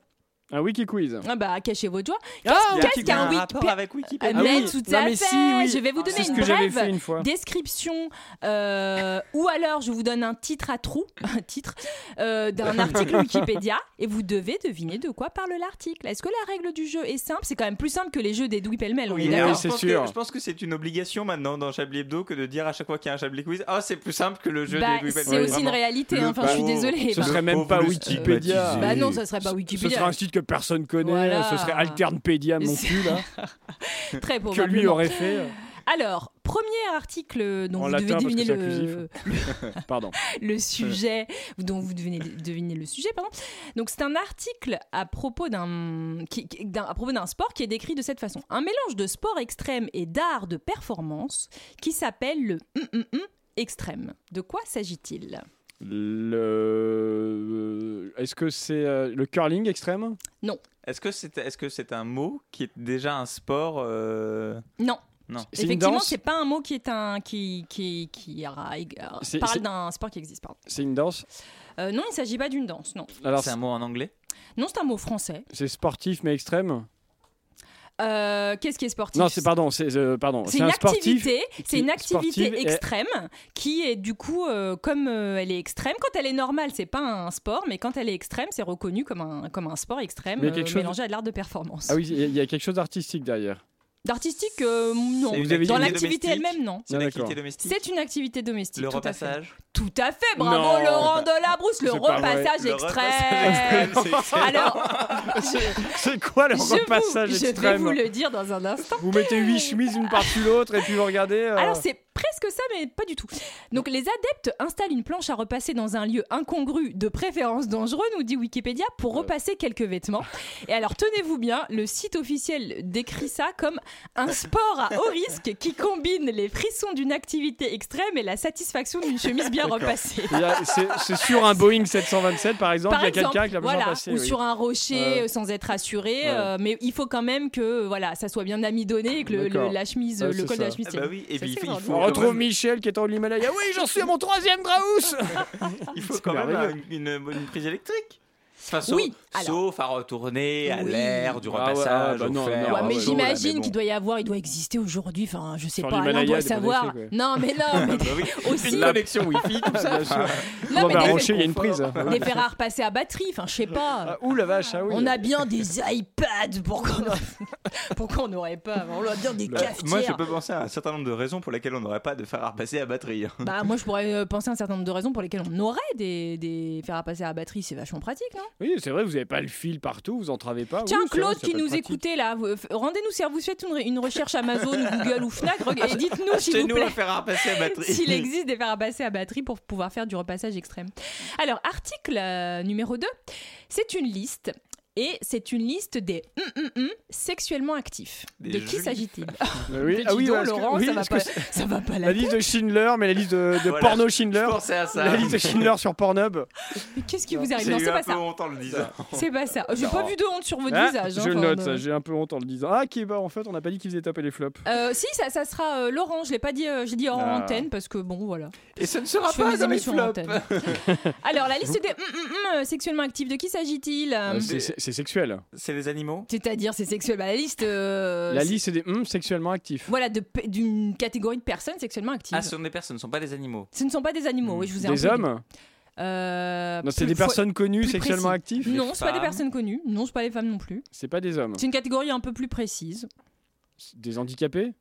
Speaker 1: Un wiki quiz.
Speaker 10: Ah bah, cachez votre joie.
Speaker 1: Ah,
Speaker 10: Qu'est-ce
Speaker 1: il y a
Speaker 10: qu'est-ce
Speaker 1: un petit-
Speaker 10: qu'un
Speaker 1: un
Speaker 10: wiki
Speaker 1: rapport avec Wikipédia.
Speaker 10: Ah, mais
Speaker 1: Ah oui.
Speaker 10: tout
Speaker 1: Non,
Speaker 10: à
Speaker 1: mais
Speaker 10: fait.
Speaker 1: si, oui. Ah,
Speaker 10: Je vais vous
Speaker 1: C'est
Speaker 10: donner
Speaker 1: ce
Speaker 10: une
Speaker 1: que j'avais
Speaker 10: brève
Speaker 1: fait une fois.
Speaker 10: description, euh, ou alors je vous donne un titre à trous, un titre euh, d'un article Wikipédia, et vous devez deviner de quoi parle l'article. Est-ce que la règle du jeu est simple C'est quand même plus simple que les jeux des douilles pêle-mêle. on est
Speaker 11: Et alors,
Speaker 10: d'accord
Speaker 11: je pense que- je pense que c'est une obligation maintenant dans Chablis Hebdo que de dire à chaque fois qu'il y a un Chablis Quiz Ah, c'est plus simple que le jeu
Speaker 10: Bah,
Speaker 11: des Louis
Speaker 10: c'est
Speaker 11: Vuitton.
Speaker 10: aussi une réalité, hein.
Speaker 11: Le
Speaker 10: Enfin, je suis
Speaker 11: pauvre-
Speaker 10: désolée.
Speaker 1: Ce
Speaker 10: bah.
Speaker 1: serait même pas
Speaker 11: pauvre
Speaker 1: Wikipédia.
Speaker 10: Bah non, ça serait pas Wikipédia.
Speaker 1: Ah Ce serait un site que personne connaît.
Speaker 10: Voilà.
Speaker 1: Ce serait Alternpedia, mon
Speaker 10: C'est-
Speaker 1: cul, là.
Speaker 10: Très
Speaker 1: que
Speaker 10: probablement.
Speaker 1: lui aurait fait. euh,
Speaker 10: Alors, premier article dont
Speaker 1: en
Speaker 10: vous
Speaker 1: latin,
Speaker 10: devez
Speaker 1: parce que
Speaker 10: deviner
Speaker 1: c'est
Speaker 10: le,
Speaker 1: inclusif. Pardon.
Speaker 10: le sujet, dont vous devinez, devinez le sujet, pardon. Donc c'est un article à propos d'un qui- qui- d'un- à propos d'un sport qui est décrit de cette façon un mélange de sport extrême et d'art de performance qui s'appelle le hum, hum, hum extrême. De quoi s'agit-il
Speaker 1: Le... Est-ce que c'est euh, le curling extrême
Speaker 11: Est-ce que c'est est -ce c'est un mot qui est déjà un sport euh,
Speaker 10: Non.
Speaker 11: Non.
Speaker 1: C'est une
Speaker 10: Effectivement,
Speaker 1: danse
Speaker 10: c'est pas un mot qui est un qui qui qui aura-
Speaker 1: C'est- c'est-
Speaker 10: parle d'un sport qui existe. Pardon.
Speaker 1: C'est une danse
Speaker 10: Euh, non, il s'agit pas d'une danse. Non,
Speaker 1: Alors,
Speaker 11: C'est un mot en anglais
Speaker 10: non, c'est un mot français.
Speaker 1: c'est sportif mais extrême
Speaker 10: Euh, Qu'est-ce qui est sportif
Speaker 1: Non, c'est pardon, c'est euh, pardon,
Speaker 10: C'est
Speaker 1: c'est
Speaker 10: une
Speaker 1: un sportif.
Speaker 10: activité, c'est une activité
Speaker 1: sportive et-
Speaker 10: extrême qui est du coup euh, comme euh, elle est extrême quand elle est normale, c'est pas un sport, mais quand elle est extrême, c'est reconnu comme un comme un sport extrême
Speaker 1: Mais quelque
Speaker 10: euh,
Speaker 1: chose-
Speaker 10: mélangé à de l'art de performance.
Speaker 1: Ah oui, il y a- il y a quelque chose d'artistique derrière.
Speaker 10: D'artistique euh, non,
Speaker 11: C'est une
Speaker 10: dans
Speaker 11: activité
Speaker 10: l'activité
Speaker 11: domestique
Speaker 10: elle-même non.
Speaker 11: C'est une
Speaker 1: Ah,
Speaker 11: activité
Speaker 1: d'accord.
Speaker 11: domestique
Speaker 10: C'est une activité domestique.
Speaker 11: Le
Speaker 10: tout à fait.
Speaker 11: repassage
Speaker 10: Tout à fait, bravo
Speaker 1: Non.
Speaker 10: Laurent Delabrousse, le
Speaker 1: C'est pas vrai.
Speaker 10: repassage
Speaker 11: Le
Speaker 10: extrême.
Speaker 11: repassage extrême, c'est
Speaker 10: Alors,
Speaker 1: C'est quoi le
Speaker 10: je, vous-
Speaker 1: repassage
Speaker 10: je vais
Speaker 1: extrême
Speaker 10: vous le dire dans un instant.
Speaker 1: Vous mettez huit chemises une par-dessus l'autre et puis vous regardez. euh,
Speaker 10: Alors c'est presque ça, mais pas du tout. Donc les adeptes installent une planche à repasser dans un lieu incongru, de préférence dangereux, nous dit Wikipédia, pour repasser quelques vêtements. Et alors tenez-vous bien, le site officiel décrit ça comme un sport à haut risque qui combine les frissons d'une activité extrême et la satisfaction d'une chemise bien repassée.
Speaker 1: il y a- C'est c'est sur un Boeing 727 par exemple,
Speaker 10: Par
Speaker 1: il y a quelqu'un
Speaker 10: exemple,
Speaker 1: qui l'a besoin
Speaker 10: voilà,
Speaker 1: passer.
Speaker 10: ou
Speaker 1: oui.
Speaker 10: sur un rocher
Speaker 1: Ouais.
Speaker 10: euh, sans être assuré, euh, mais il faut quand même que voilà, ça soit bien amidonné et que le,
Speaker 1: D'accord.
Speaker 10: le- la chemise,
Speaker 1: Ouais,
Speaker 10: le
Speaker 1: c'est
Speaker 10: col de la
Speaker 1: ça.
Speaker 10: chemise
Speaker 11: Ah
Speaker 10: tienne.
Speaker 11: bah oui,
Speaker 10: Ça,
Speaker 11: et puis il
Speaker 10: c'est
Speaker 11: faut, il
Speaker 10: drôle.
Speaker 11: faut
Speaker 1: On
Speaker 11: quand
Speaker 1: retrouve
Speaker 11: même-
Speaker 1: Michel qui est en Himalaya. Oui, j'en suis à mon troisième Graus
Speaker 11: il faut
Speaker 1: C'est
Speaker 11: quand même
Speaker 1: merveilleux.
Speaker 11: une, une- une prise électrique. Enfin, sauf,
Speaker 10: Oui, alors-
Speaker 11: sauf à retourner à
Speaker 10: Oui.
Speaker 11: l'air du
Speaker 1: Ah ouais, ah
Speaker 11: repassage,
Speaker 1: bah
Speaker 11: au
Speaker 1: non,
Speaker 11: fer,
Speaker 1: non,
Speaker 10: Ouais,
Speaker 1: Ah
Speaker 10: mais
Speaker 1: ouais,
Speaker 10: j'imagine
Speaker 11: bon.
Speaker 10: qu'il doit y avoir, il doit exister aujourd'hui. Enfin, je sais
Speaker 1: Sur
Speaker 10: pas, Alain
Speaker 1: l'Himalaya,
Speaker 10: doit
Speaker 1: des
Speaker 10: savoir.
Speaker 1: bonnes électriques,
Speaker 10: Non, mais non, mais
Speaker 11: Bah oui.
Speaker 10: aussi.
Speaker 11: Une
Speaker 10: Non,
Speaker 11: connexion Wi-Fi, tout ça.
Speaker 1: Ah, Bien sûr.
Speaker 10: mais
Speaker 1: Robert
Speaker 10: des-
Speaker 1: Rocher, il y a une prise.
Speaker 10: des fer à repasser à batterie. Enfin, je sais pas.
Speaker 1: Ah, ouh la vache, ah oui.
Speaker 10: On a bien des iPads. Pourquoi on a- pourquoi on n'aurait pas On a bien des
Speaker 1: Bah,
Speaker 11: Euh, Moi, je
Speaker 10: cafetières.
Speaker 11: peux penser à un certain nombre de raisons pour lesquelles on n'aurait pas de fer à repasser à batterie.
Speaker 10: Bah, moi, je pourrais euh, penser à un certain nombre de raisons pour lesquelles on aurait des, des fer à passer à batterie. C'est vachement pratique, non
Speaker 1: Oui, c'est vrai, vous n'avez pas le fil partout, vous entravez pas.
Speaker 10: Tiens,
Speaker 1: Ah Oui, c'est vrai,
Speaker 10: Claude
Speaker 1: ça
Speaker 10: qui
Speaker 1: peut être
Speaker 10: nous
Speaker 1: pratique.
Speaker 10: écoutez là, vous- f- rendez-nous service, faites une, une recherche Amazon, Google ou Fnac, reg- et dites-nous s'il vous
Speaker 11: Achetez-nous
Speaker 10: plaît.
Speaker 11: un fer à repasser à batterie.
Speaker 10: S'il existe des fers à passer à batterie pour pouvoir faire du repassage extrême. Alors, article euh, numéro 2, c'est une liste. Et c'est une liste des hum, hum, hum sexuellement actifs.
Speaker 11: Des
Speaker 10: de qui
Speaker 11: jeux.
Speaker 10: s'agit-il
Speaker 1: Mais oui,
Speaker 10: Dis
Speaker 1: ah oui,
Speaker 10: donc,
Speaker 1: parce que-
Speaker 10: Laurent,
Speaker 1: oui,
Speaker 10: ça, va
Speaker 1: parce que
Speaker 10: pas,
Speaker 1: c'est
Speaker 10: ça va pas
Speaker 1: la
Speaker 10: la
Speaker 1: liste de Schindler, mais la liste de, de
Speaker 11: Voilà,
Speaker 1: porno
Speaker 11: Je
Speaker 1: Schindler.
Speaker 11: pensais à ça.
Speaker 1: La liste de Schindler sur Pornhub.
Speaker 10: tête. Qu'est-ce qui vous arrive
Speaker 11: J'ai
Speaker 10: Non,
Speaker 11: eu
Speaker 10: c'est
Speaker 11: un
Speaker 10: pas
Speaker 11: peu
Speaker 10: ça.
Speaker 11: honte en le disant.
Speaker 10: C'est pas ça. J'ai pas vu de honte sur votre
Speaker 1: Ah,
Speaker 10: visage. hein,
Speaker 1: je le
Speaker 10: enfin,
Speaker 1: note,
Speaker 10: euh,
Speaker 1: ça, j'ai un peu honte en le disant. Ah, qui bah en fait, on n'a pas dit qu'il faisait taper les flops.
Speaker 10: euh, si, ça, ça sera euh, Laurent. Je l'ai pas dit, euh, j'ai dit en
Speaker 1: Ah.
Speaker 10: antenne parce que bon, voilà.
Speaker 11: Et ce ne sera
Speaker 10: Je fais
Speaker 11: pas
Speaker 10: mes
Speaker 11: dans les
Speaker 10: émissions en
Speaker 11: flops.
Speaker 10: antenne. Alors, la liste des hum, hum, hum, euh, sexuellement actifs, de qui s'agit-il
Speaker 1: Euh, c'est- C'est c'est sexuel.
Speaker 11: C'est les animaux
Speaker 10: C'est-à-dire, c'est sexuel. Bah, la liste. euh,
Speaker 1: La
Speaker 10: c'est-
Speaker 1: liste, c'est des hum sexuellement actifs.
Speaker 10: Voilà, de pe- d'une catégorie de personnes sexuellement actives.
Speaker 11: Ah, ce sont des personnes, ce ne sont pas des animaux.
Speaker 10: Ce ne sont pas des animaux, oui, je vous ai un
Speaker 1: Des
Speaker 10: peu
Speaker 1: hommes
Speaker 10: dit. Euh,
Speaker 1: Non, c'est
Speaker 10: plus-
Speaker 1: des
Speaker 10: faut-
Speaker 1: personnes connues
Speaker 10: plus
Speaker 1: sexuellement
Speaker 10: précis.
Speaker 1: actives
Speaker 10: Non,
Speaker 11: des
Speaker 10: c'est pas des
Speaker 11: femmes.
Speaker 10: personnes connues. Non, c'est pas les femmes non plus.
Speaker 1: C'est pas des hommes.
Speaker 10: C'est une catégorie un peu plus précise.
Speaker 1: Des handicapés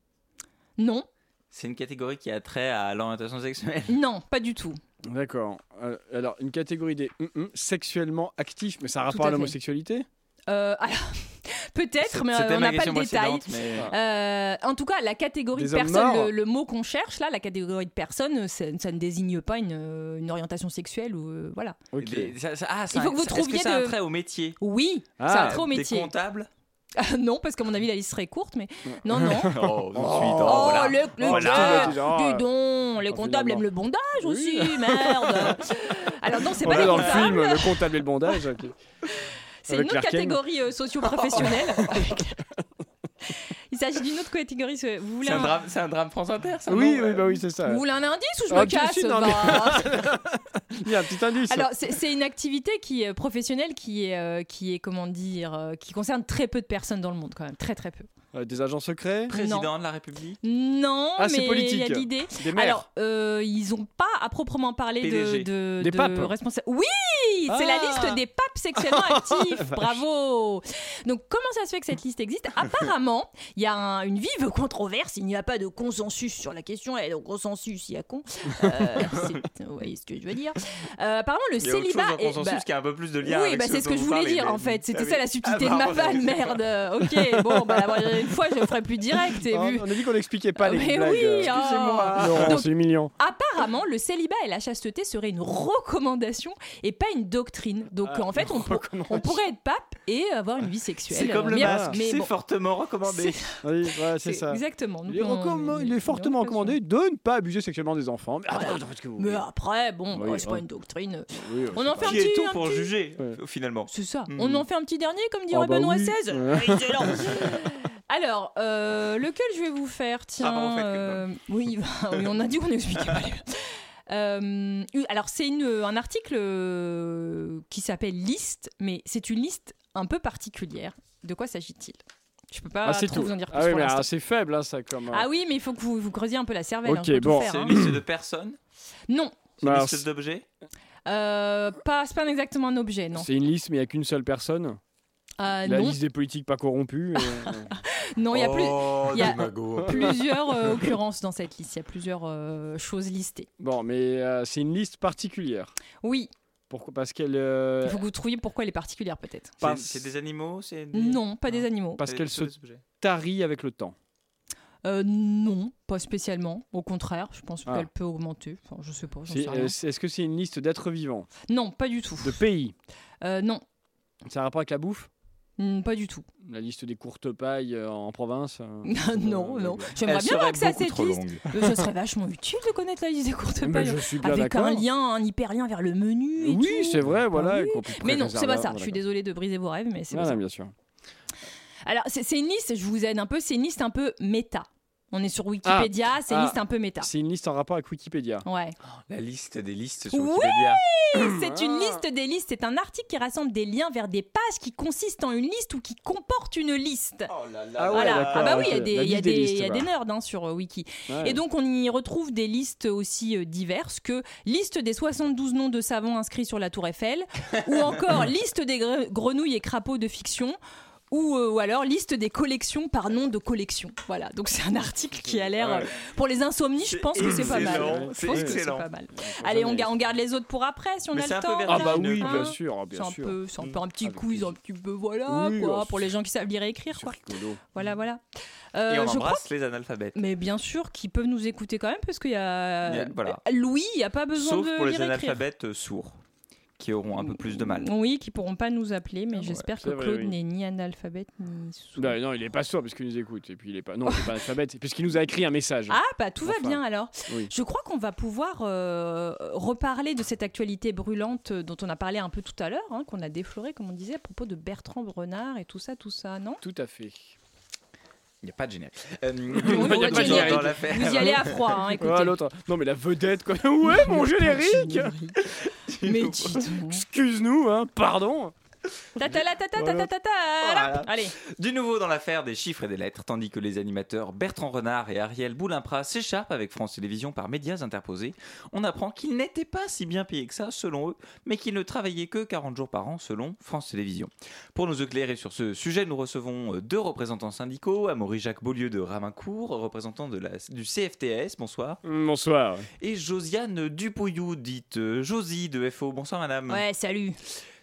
Speaker 10: Non,
Speaker 11: C'est une catégorie qui a trait à l'orientation sexuelle.
Speaker 10: non, pas du tout.
Speaker 1: D'accord. Euh, alors, une catégorie des hum, hum sexuellement actifs, mais ça a
Speaker 10: Tout
Speaker 1: rapport
Speaker 10: à
Speaker 1: à
Speaker 10: fait.
Speaker 1: l'homosexualité
Speaker 10: Euh, alors, peut-être, mais euh,
Speaker 11: C'était
Speaker 10: on
Speaker 11: ma
Speaker 10: n'a pas le
Speaker 11: question
Speaker 10: détail.
Speaker 11: précédente, mais-
Speaker 1: Ah,
Speaker 10: Euh, en tout cas, la catégorie
Speaker 1: hein. Des
Speaker 10: de
Speaker 1: hommes
Speaker 10: personnes,
Speaker 1: morts.
Speaker 10: le, le mot qu'on cherche là, la catégorie de personnes, c'est- ça ne désigne pas une, euh, une orientation sexuelle ou euh, voilà.
Speaker 1: Ok.
Speaker 11: Des- ça- ça- ah, ça-
Speaker 10: Il faut que vous
Speaker 11: ça-
Speaker 10: trouviez
Speaker 11: Est-ce que c'est
Speaker 10: de-
Speaker 11: un trait au métier
Speaker 10: Oui, ça a
Speaker 1: Ah,
Speaker 10: trop
Speaker 11: Des
Speaker 10: métier.
Speaker 11: comptables
Speaker 10: Ah, non, parce qu'à mon avis, la liste serait courte, mais non, non.
Speaker 11: Oh, tout de suite,
Speaker 1: Oh,
Speaker 11: oh,
Speaker 10: Oh,
Speaker 11: voilà.
Speaker 10: le, le
Speaker 1: Oh,
Speaker 10: gars,
Speaker 1: là, déjà,
Speaker 10: dis
Speaker 1: ouais.
Speaker 10: donc, les
Speaker 1: Oh,
Speaker 10: comptables
Speaker 1: finalement.
Speaker 10: aiment le bondage
Speaker 1: Oui.
Speaker 10: aussi, merde. Alors non, c'est
Speaker 1: On
Speaker 10: pas
Speaker 1: l'a
Speaker 10: les
Speaker 1: dans le
Speaker 10: comptables,
Speaker 1: film, le comptable et le bandage. ok.
Speaker 10: c'est une
Speaker 1: avec
Speaker 10: autre
Speaker 1: Clark Kent.
Speaker 10: catégorie euh, socio-professionnelle. Il s'agit d'une autre catégorie. ce- Vous voulez
Speaker 11: C'est un,
Speaker 10: un-
Speaker 11: drame, c'est un drame France Inter, ça
Speaker 1: Oui,
Speaker 11: non
Speaker 1: oui, bah oui, c'est ça.
Speaker 10: Vous voulez un indice ou je
Speaker 1: Ah,
Speaker 10: me
Speaker 1: bien
Speaker 10: casse
Speaker 1: sûr, non, mais-
Speaker 10: Bah,
Speaker 1: Il y a un petit indice.
Speaker 10: Alors, c'est c'est une activité qui est professionnelle, qui est, euh, qui est comment dire, euh, qui concerne très peu de personnes dans le monde quand même, très très peu.
Speaker 1: Euh, des agents secrets
Speaker 11: Président
Speaker 10: Non.
Speaker 11: de la République
Speaker 10: Non,
Speaker 1: Ah, c'est
Speaker 10: mais il
Speaker 1: politique.
Speaker 10: y a l'idée.
Speaker 1: Des maires.
Speaker 10: Alors, euh, ils n'ont pas à proprement parler de,
Speaker 11: PDG.
Speaker 10: de,
Speaker 1: Des
Speaker 10: de
Speaker 1: papes.
Speaker 10: responsa- Oui, c'est la
Speaker 1: Ah.
Speaker 10: liste des papes sexuellement actifs.
Speaker 1: Vache.
Speaker 10: Bravo. Donc, comment ça se fait que cette liste existe Apparemment, il y a un- une vive controverse. Il n'y a pas de consensus sur la question. Et donc, consensus, il y a con. Euh, c'est- vous voyez ce que je veux dire Euh, Apparemment, le
Speaker 11: Il y a autre chose
Speaker 10: célibat.
Speaker 11: en
Speaker 10: est-
Speaker 11: consensus
Speaker 10: bah,
Speaker 11: qui a un peu plus de lien
Speaker 10: oui,
Speaker 11: avec
Speaker 10: bah, c'est ce que
Speaker 11: dont
Speaker 10: je
Speaker 11: vous
Speaker 10: voulais
Speaker 11: parlez,
Speaker 10: dire
Speaker 11: mais-
Speaker 10: en fait.
Speaker 11: Ah
Speaker 10: C'était
Speaker 11: oui.
Speaker 10: ça la subtilité
Speaker 11: Ah,
Speaker 10: de ma
Speaker 11: pardon,
Speaker 10: vanne,
Speaker 11: j'avais-
Speaker 10: merde. Ok, bon, bah, la prochaine fois je ferai plus direct. Et
Speaker 1: Ah,
Speaker 10: vu...
Speaker 1: On a dit qu'on n'expliquait pas les
Speaker 10: Mais
Speaker 1: blagues.
Speaker 10: oui,
Speaker 1: euh.
Speaker 10: ah.
Speaker 1: Non,
Speaker 10: Donc,
Speaker 1: c'est humiliant.
Speaker 10: Apparemment, le célibat et la chasteté seraient une recommandation et pas une doctrine. Donc
Speaker 1: Ah,
Speaker 10: en fait, on, pour- on pourrait être pape et avoir une vie sexuelle.
Speaker 11: C'est comme le
Speaker 10: Mais-
Speaker 11: masque,
Speaker 10: mais
Speaker 11: c'est
Speaker 10: bon,
Speaker 11: fortement recommandé.
Speaker 10: c'est-
Speaker 1: Oui, ouais, c'est
Speaker 10: c'est
Speaker 1: ça.
Speaker 10: Exactement.
Speaker 1: Il est,
Speaker 10: Donc, on-
Speaker 1: recommand- il est
Speaker 10: une
Speaker 1: fortement recommandé de ne pas abuser sexuellement des enfants. Mais, ah, non, ce que vous
Speaker 10: Mais
Speaker 1: voulez.
Speaker 10: après, bon,
Speaker 1: Oui,
Speaker 10: oh, c'est
Speaker 1: hein.
Speaker 10: pas une doctrine.
Speaker 1: Oui,
Speaker 10: On
Speaker 1: c'est
Speaker 10: en
Speaker 1: pas-
Speaker 10: fait un
Speaker 11: Qui
Speaker 10: petit-
Speaker 11: est-on
Speaker 10: un
Speaker 11: pour
Speaker 10: petit-
Speaker 11: juger,
Speaker 1: Ouais.
Speaker 11: finalement
Speaker 10: C'est ça.
Speaker 11: Hmm.
Speaker 10: On en fait un petit dernier, comme dirait
Speaker 1: Ah bah
Speaker 10: Benoît
Speaker 1: oui.
Speaker 10: XVI. Excellent. Alors, euh, lequel je vais vous faire Tiens.
Speaker 11: Ah, bah, en fait,
Speaker 10: euh, oui, bah, oui, on a dit qu'on expliquait pas. les- Euh, une- alors, c'est une- un article euh, qui s'appelle Liste, mais c'est une liste un peu particulière. De quoi s'agit-il Je peux pas
Speaker 1: Ah, c'est
Speaker 10: trop
Speaker 1: tout.
Speaker 10: vous en dire plus
Speaker 1: Ah oui,
Speaker 10: pour
Speaker 1: mais
Speaker 10: l'instant.
Speaker 1: ah, c'est faible, hein, ça, comme. euh,
Speaker 10: Ah oui, mais il faut que vous, vous creusiez un peu la cervelle. hein,
Speaker 1: Ok,
Speaker 10: je peux tout
Speaker 1: bon.
Speaker 10: faire,
Speaker 11: C'est
Speaker 10: hein.
Speaker 11: une liste de personnes
Speaker 10: Non,
Speaker 11: C'est une
Speaker 1: bah,
Speaker 11: liste d'objets
Speaker 10: euh, pas, c'est pas exactement un objet, non.
Speaker 1: C'est une liste, mais il n'y a qu'une seule personne.
Speaker 10: Euh,
Speaker 1: la
Speaker 10: non,
Speaker 1: liste Oh. des politiques pas corrompues. et- euh,
Speaker 10: non, il y a plus. il y a-
Speaker 3: démago.
Speaker 10: plusieurs euh, occurrences dans cette liste. Il y a plusieurs euh, choses listées.
Speaker 1: bon, mais euh, c'est une liste particulière.
Speaker 10: Oui,
Speaker 1: Pourquoi Parce qu'elle euh,
Speaker 10: il faut que vous trouviez pourquoi elle est particulière peut-être.
Speaker 11: C'est-
Speaker 1: Parce-
Speaker 11: C'est des animaux c'est des-
Speaker 10: Non, pas des animaux.
Speaker 1: parce
Speaker 11: C'est
Speaker 1: qu'elle
Speaker 11: des
Speaker 1: se
Speaker 11: objets.
Speaker 1: tarie avec le temps.
Speaker 10: Euh, non, pas spécialement. Au contraire, je pense
Speaker 1: Ah.
Speaker 10: qu'elle peut augmenter. Enfin, je sais pas. j'en
Speaker 1: C'est-
Speaker 10: sais rien.
Speaker 1: euh, c'est- Est-ce que c'est une liste d'êtres vivants,
Speaker 10: Non, pas du tout.
Speaker 1: de pays
Speaker 10: Euh, non,
Speaker 1: Ça a un rapport avec la bouffe
Speaker 10: Hmm, pas du tout.
Speaker 1: La liste des courtes pailles euh, en province euh,
Speaker 10: non,
Speaker 1: euh,
Speaker 10: non.
Speaker 1: d'accord.
Speaker 10: J'aimerais
Speaker 11: Elle
Speaker 10: bien avoir accès
Speaker 11: serait
Speaker 10: à
Speaker 11: beaucoup
Speaker 10: cette
Speaker 11: trop
Speaker 10: liste.
Speaker 11: longue.
Speaker 10: Euh, Ça serait vachement utile de connaître la liste des courtes
Speaker 1: Mais
Speaker 10: pailles.
Speaker 1: Eh ben, je suis bien
Speaker 10: Avec
Speaker 1: d'accord.
Speaker 10: un lien, un hyperlien vers le menu. et
Speaker 1: Oui,
Speaker 10: tout. Ah
Speaker 1: c'est vrai, voilà.
Speaker 10: oui.
Speaker 1: qu'on puisse
Speaker 10: Mais non,
Speaker 1: préserver
Speaker 10: c'est pas
Speaker 1: la-
Speaker 10: ça.
Speaker 1: bon,
Speaker 10: Je suis
Speaker 1: d'accord.
Speaker 10: désolée de briser vos rêves, mais c'est pas
Speaker 1: Ah,
Speaker 10: ça.
Speaker 1: non, bien sûr.
Speaker 10: Alors, c'est c'est une liste, je vous aide un peu, c'est une liste un peu méta. On est sur Wikipédia, c'est une
Speaker 1: ah.
Speaker 10: liste un peu méta.
Speaker 1: C'est une liste en rapport avec Wikipédia.
Speaker 10: Ouais.
Speaker 11: La liste des listes sur
Speaker 10: Oui
Speaker 11: Wikipédia.
Speaker 10: C'est
Speaker 1: Ah.
Speaker 10: une liste des listes, c'est un article qui rassemble des liens vers des pages qui consistent en une liste ou qui comportent une liste.
Speaker 11: Oh là là.
Speaker 1: Ah ouais,
Speaker 10: voilà.
Speaker 1: d'accord,
Speaker 10: Ah bah oui, il y a
Speaker 1: ok.
Speaker 10: des,
Speaker 1: La
Speaker 10: il y a
Speaker 1: liste des
Speaker 10: des-
Speaker 1: listes,
Speaker 10: il y a
Speaker 1: quoi.
Speaker 10: des nerds hein, sur euh, Wiki.
Speaker 1: Ouais.
Speaker 10: Et donc on y retrouve des listes aussi euh, diverses que liste des 72 noms de savants inscrits sur la Tour Eiffel, ou encore liste des gre- grenouilles et crapauds de fiction. Ou, euh, ou alors liste des collections par nom de collection. Voilà, donc c'est un article qui a l'air... euh, pour les insomnies, je
Speaker 11: C'est
Speaker 10: pense que c'est pas mal.
Speaker 11: excellent,
Speaker 10: Je
Speaker 11: c'est
Speaker 10: pense que c'est
Speaker 11: excellent.
Speaker 10: pas mal.
Speaker 1: Faut
Speaker 10: euh, Allez,
Speaker 1: jamais-
Speaker 10: on, ga- on garde les autres pour après si on
Speaker 11: Mais
Speaker 10: a
Speaker 11: c'est
Speaker 10: le
Speaker 11: un peu
Speaker 10: temps.
Speaker 1: Ah bah
Speaker 11: vertigineux,
Speaker 1: oui,
Speaker 10: hein.
Speaker 1: bien sûr, ah,
Speaker 10: C'est
Speaker 1: bien
Speaker 10: un,
Speaker 1: sûr.
Speaker 10: peu, c'est un peu un petit
Speaker 1: Avec
Speaker 10: quiz,
Speaker 1: plaisir.
Speaker 10: un petit peu voilà,
Speaker 1: Oui,
Speaker 10: quoi,
Speaker 1: oh,
Speaker 10: pour les gens qui savent lire et écrire.
Speaker 1: C'est
Speaker 10: Quoi.
Speaker 1: rigolo.
Speaker 10: Voilà, voilà.
Speaker 11: euh, Et
Speaker 10: Euh,
Speaker 11: on
Speaker 10: je crois
Speaker 11: embrasse les analphabètes.
Speaker 10: mais bien sûr qu'ils peuvent nous écouter quand même, parce qu'il y
Speaker 11: Il y
Speaker 10: a. euh,
Speaker 11: a- voilà.
Speaker 10: Louis, il n'y a pas besoin
Speaker 11: Sauf
Speaker 10: de
Speaker 11: pour les
Speaker 10: lire et écrire.
Speaker 11: analphabètes euh, sourds, qui auront un peu plus de mal. Ah,
Speaker 10: Oui, qui pourront pas nous appeler, mais j'espère que
Speaker 1: c'est vrai,
Speaker 10: Claude
Speaker 1: oui.
Speaker 10: n'est ni analphabète ni sourd.
Speaker 1: Non, non, il est pas sourd parce qu'il nous écoute. Et puis il est pas. Non, il est pas alphabète. Puisqu'il nous a écrit un message.
Speaker 10: Ah, bah tout va
Speaker 1: Enfin,
Speaker 10: bien alors.
Speaker 1: oui.
Speaker 10: Je crois qu'on va pouvoir euh, reparler de cette actualité brûlante euh, dont on a parlé un peu tout à l'heure, hein, qu'on a défloré, comme on disait, à propos de Bertrand Renard et tout ça, tout ça, non
Speaker 1: Tout à fait.
Speaker 11: Il n'y a pas de générique. Euh,
Speaker 10: il y a pas de générique.
Speaker 11: dans l'affaire.
Speaker 10: Vous y allez à froid, hein, écoutez.
Speaker 1: Ah, l'autre. Non, mais la vedette, quoi. Ouais, mon générique
Speaker 10: Mais dis donc.
Speaker 1: Excuse-nous, hein, pardon
Speaker 10: Tatala, tatata,
Speaker 1: Voilà.
Speaker 10: tatata,
Speaker 11: Voilà.
Speaker 10: Allez,
Speaker 11: Du nouveau dans l'affaire des chiffres et des lettres, tandis que les animateurs Bertrand Renard et Ariel Boulimpra s'écharpent avec France Télévisions par médias interposés, on apprend qu'ils n'étaient pas si bien payés que ça, selon eux, mais qu'ils ne travaillaient que 40 jours par an, selon France Télévisions. Pour nous éclairer sur ce sujet, nous recevons euh, deux représentants syndicaux, Amaury-Jacques Beaulieu de Ramincourt, représentant de la, du CFTS, bonsoir,
Speaker 1: Mm, Bonsoir.
Speaker 11: et Josiane Dupouillou, dite euh, Josie de FO, bonsoir madame.
Speaker 10: ouais, salut.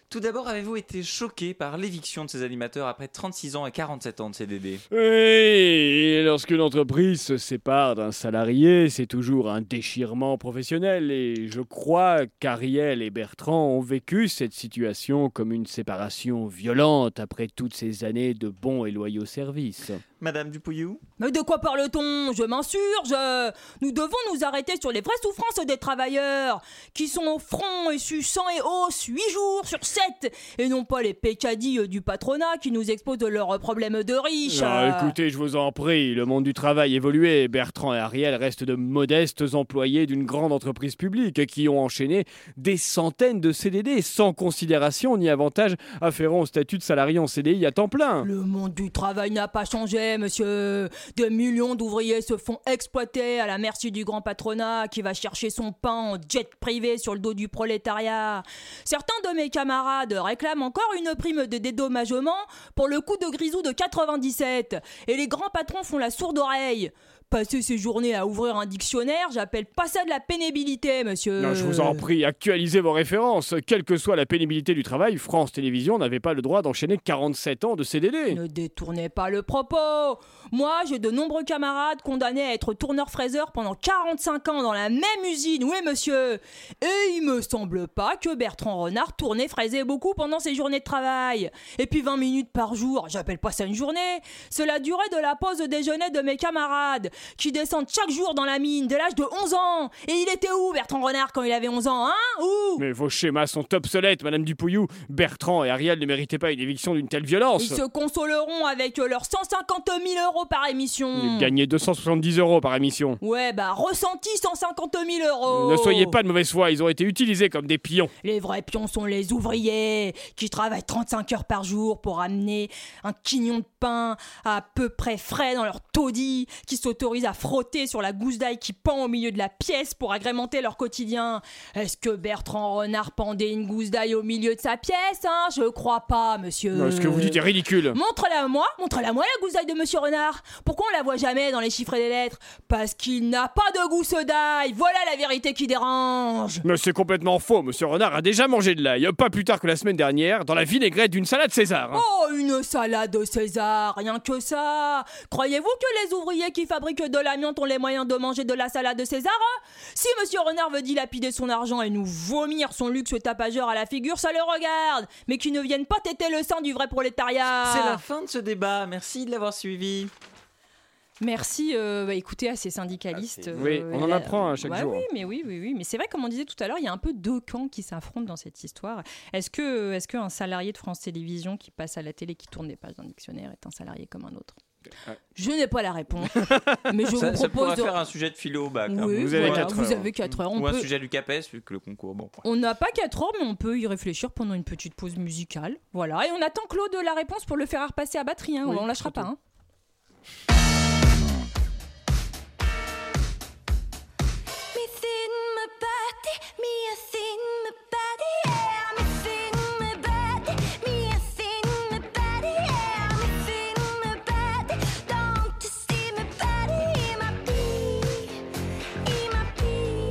Speaker 11: Tout d'abord, avez-vous été choqué par l'éviction de ces animateurs après 36 ans et 47 ans de CDD
Speaker 1: Et lorsque l'entreprise se sépare d'un salarié, c'est toujours un déchirement professionnel. Et je crois qu'Ariel et Bertrand ont vécu cette situation comme une séparation violente après toutes ces années de bons et loyaux services.
Speaker 11: Madame Dupouillou
Speaker 10: Mais de quoi parle-t-on Je m'insurge Nous devons nous arrêter sur les vraies souffrances des travailleurs, qui sont au front et suçant et os 8 jours sur 7, et non pas les pécadilles du patronat qui nous exposent leurs problèmes de riches.
Speaker 1: Ah, écoutez, je vous en prie, le monde du travail évolué. Bertrand et Ariel restent de modestes employés d'une grande entreprise publique qui ont enchaîné des centaines de CDD sans considération ni avantage afférent au statut de salarié en CDI à temps plein.
Speaker 10: Le monde du travail n'a pas changé, monsieur. Des millions d'ouvriers se font exploiter à la merci du grand patronat qui va chercher son pain en jet privé sur le dos du prolétariat. Certains de mes camarades réclament encore une prime de dédommagement pour le coup de grisou de 97. Et les grands patrons font la sourde oreille. Passer ces journées à ouvrir un dictionnaire, j'appelle pas ça de la pénibilité, monsieur.
Speaker 1: Non, je vous en prie, actualisez vos références. Quelle que soit la pénibilité du travail, France Télévisions n'avait pas le droit d'enchaîner 47 ans de CDD.
Speaker 10: Ne détournez pas le propos. Moi, j'ai de nombreux camarades condamnés à être tourneur-fraiseur pendant 45 ans dans la même usine, oui, monsieur. Et il me semble pas que Bertrand Renard tournait fraisait beaucoup pendant ses journées de travail. Et puis 20 minutes par jour, j'appelle pas ça une journée. C'est la durée de la pause déjeuner de mes camarades qui descendent chaque jour dans la mine dès l'âge de 11 ans. Et il était où Bertrand Renard quand il avait 11 ans, hein Où
Speaker 1: Mais vos schémas sont obsolètes, Madame Dupouillou. Bertrand et Ariel ne méritaient pas une éviction d'une telle violence.
Speaker 10: Ils se consoleront avec leurs 150 000 euros par émission.
Speaker 1: Ils gagnaient 270 euros par émission.
Speaker 10: Ouais, bah ressenti 150 000 euros.
Speaker 1: Ne soyez pas de mauvaise foi, ils ont été utilisés comme des pions.
Speaker 10: Les vrais pions sont les ouvriers qui travaillent 35 heures par jour pour amener un quignon de pain à peu près frais dans leur taudis, qui s'autorisent à frotter sur la gousse d'ail qui pend au milieu de la pièce pour agrémenter leur quotidien. Est-ce que Bertrand Renard pendait une gousse d'ail au milieu de sa pièce, hein Je crois pas, monsieur.
Speaker 1: Non, ce que vous dites est ridicule.
Speaker 10: Montre-la à moi, montre-la à moi la gousse d'ail de Monsieur Renard. Pourquoi on la voit jamais dans les chiffres et les lettres Parce qu'il n'a pas de gousse d'ail. Voilà la vérité qui dérange.
Speaker 1: Mais c'est complètement faux, Monsieur Renard a déjà mangé de l'ail, pas plus tard que la semaine dernière, dans la vinaigrette d'une salade César.
Speaker 10: Oh, une salade de César, rien que ça. Croyez-vous que les ouvriers qui fabriquent de l'amiante ont les moyens de manger de la salade de César Si Monsieur Renard veut dilapider son argent et nous vomir son luxe tapageur à la figure, ça le regarde. Mais qu'ils ne viennent pas têter le sang du vrai prolétariat.
Speaker 11: C'est la fin de ce débat. Merci de l'avoir suivi.
Speaker 13: Merci, euh, bah, écoutez, à ces syndicalistes.
Speaker 1: Ah, c'est- oui, on en
Speaker 13: la-
Speaker 1: apprend, hein, chaque
Speaker 13: Ouais,
Speaker 1: jour.
Speaker 13: Oui, mais oui, oui, oui. Mais c'est vrai, comme on disait tout à l'heure, il y a un peu deux camps qui s'affrontent dans cette histoire. Est-ce que, est-ce qu'un salarié de France Télévisions qui passe à la télé, qui tourne des pages d'un dictionnaire, est un salarié comme un autre
Speaker 1: Euh,
Speaker 13: Je n'ai pas la réponse, mais je
Speaker 11: ça,
Speaker 13: vous
Speaker 11: ça
Speaker 13: propose.
Speaker 11: pourra
Speaker 13: de-
Speaker 11: faire un sujet de philo au bac. hein.
Speaker 13: Oui, Vous avez voilà, quatre vous heures. avez quatre heures. On
Speaker 11: Ou un
Speaker 13: peut-
Speaker 11: sujet du CAPES, vu que le concours. Bon,
Speaker 13: On n'a pas 4 heures, mais on peut y réfléchir pendant une petite pause musicale. Voilà, et on attend Claude la réponse pour le faire repasser à batterie. hein.
Speaker 14: Oui,
Speaker 13: on lâchera pas. hein.
Speaker 14: Me thin, my body, me a thin, my body, yeah. Me thin, my body, me a thin, my body, yeah. Me thin, my body, don't you see my body in my pee, in my pee.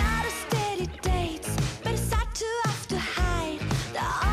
Speaker 14: Out of steady dates, but it's hard to have to hide. oh, Oh,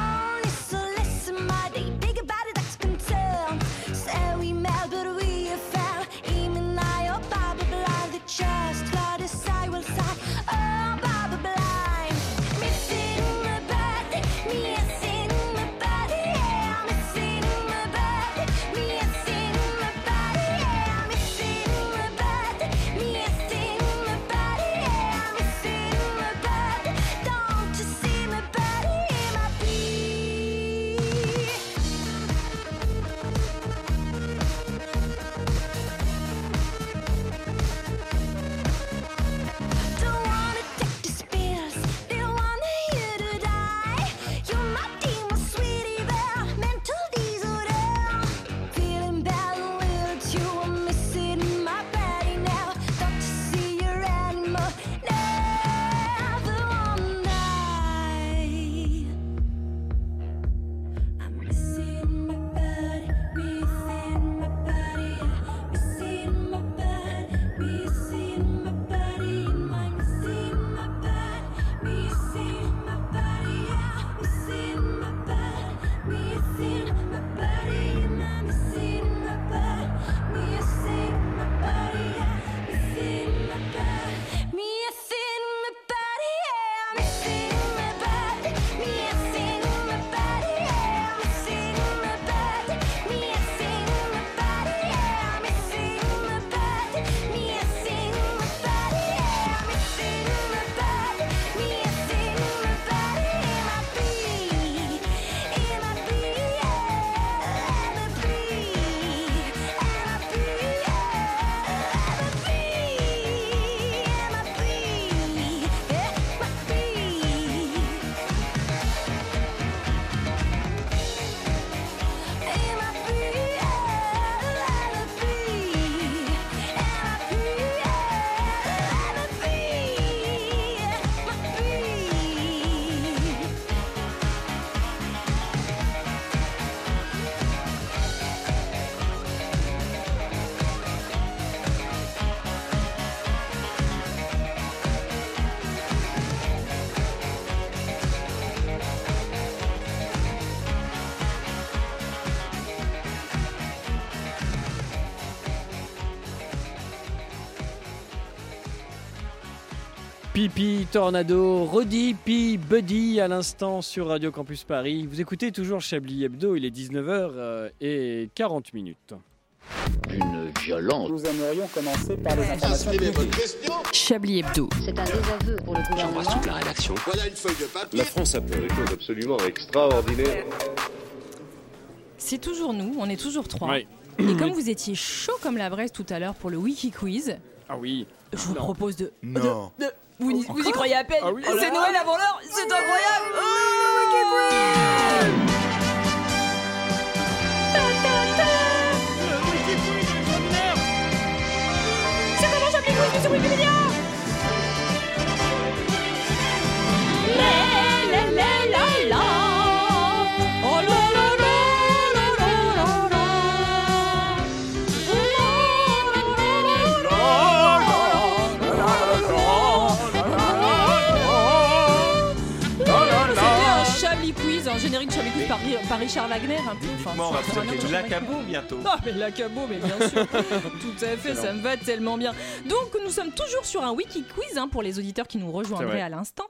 Speaker 1: Pipi Tornado, Roddy Pi Buddy à l'instant sur Radio Campus Paris. Vous écoutez toujours Chablis Hebdo, il est 19h et 40 minutes.
Speaker 6: Une violence. Nous aimerions commencer par les informations publiques.
Speaker 8: Chablis Hebdo.
Speaker 7: C'est un désaveu pour le gouvernement.
Speaker 3: toute la rédaction. Voilà une feuille de papier. La France a fait des choses absolument extraordinaires.
Speaker 10: C'est toujours nous, on est toujours trois.
Speaker 1: Ouais.
Speaker 10: Et comme vous étiez chaud comme la braise tout à l'heure pour le wiki quiz,
Speaker 1: Ah oui.
Speaker 10: je vous
Speaker 1: Non.
Speaker 10: propose de.
Speaker 1: Non.
Speaker 10: de- vous, n'y- vous y croyez à peine
Speaker 1: Ah oui.
Speaker 10: C'est Noël avant l'heure C'est incroyable
Speaker 1: Ah
Speaker 10: C'était un Chablis quiz, un générique Chablis quiz par, par Richard Wagner un peu. Enfin,
Speaker 11: Moi, on va
Speaker 10: c'est
Speaker 11: vous
Speaker 10: un
Speaker 11: appeler
Speaker 10: autre
Speaker 11: la
Speaker 10: Chablis.
Speaker 11: Cabo bientôt.
Speaker 10: Ah, mais la cabot, mais bien sûr. Tout à fait, ça me va tellement bien. Donc, nous sommes toujours sur un wiki quiz hein, pour les auditeurs qui nous
Speaker 1: C'est vrai.
Speaker 10: rejoindraient à l'instant.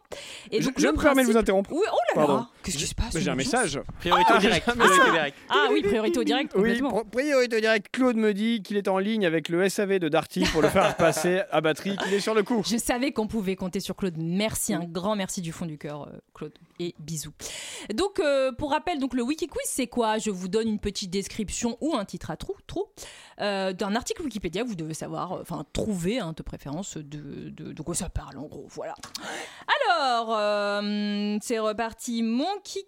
Speaker 1: Je-
Speaker 10: donc,
Speaker 1: je
Speaker 10: le
Speaker 1: me permets de vous
Speaker 10: principe-
Speaker 1: interrompre.
Speaker 10: Oui, oh là
Speaker 1: Pardon.
Speaker 10: là Qu'est-ce qui se passe
Speaker 1: J'ai un
Speaker 10: Une
Speaker 1: message.
Speaker 11: Priorité
Speaker 1: Ah,
Speaker 11: directe.
Speaker 1: ah,
Speaker 11: Priorité directe.
Speaker 10: Ah oui, priorité au direct,
Speaker 1: Oui,
Speaker 10: complètement.
Speaker 1: pro- priorité au direct. Claude me dit qu'il est en ligne avec le SAV de Darty pour le faire passer à batterie, qu'il est sur le coup.
Speaker 10: Je savais qu'on pouvait compter sur Claude. Merci, un grand merci du fond du cœur, euh, Claude. Et bisous. Donc, euh, pour rappel, donc le wiki quiz, c'est quoi Je vous donne une petite description ou un titre à trou, trou euh, d'un article Wikipédia. Vous devez savoir, euh, enfin, trouver, hein, de préférence, de, de, de quoi ça parle, en gros. Voilà. Alors, euh, c'est reparti. Mon kiki,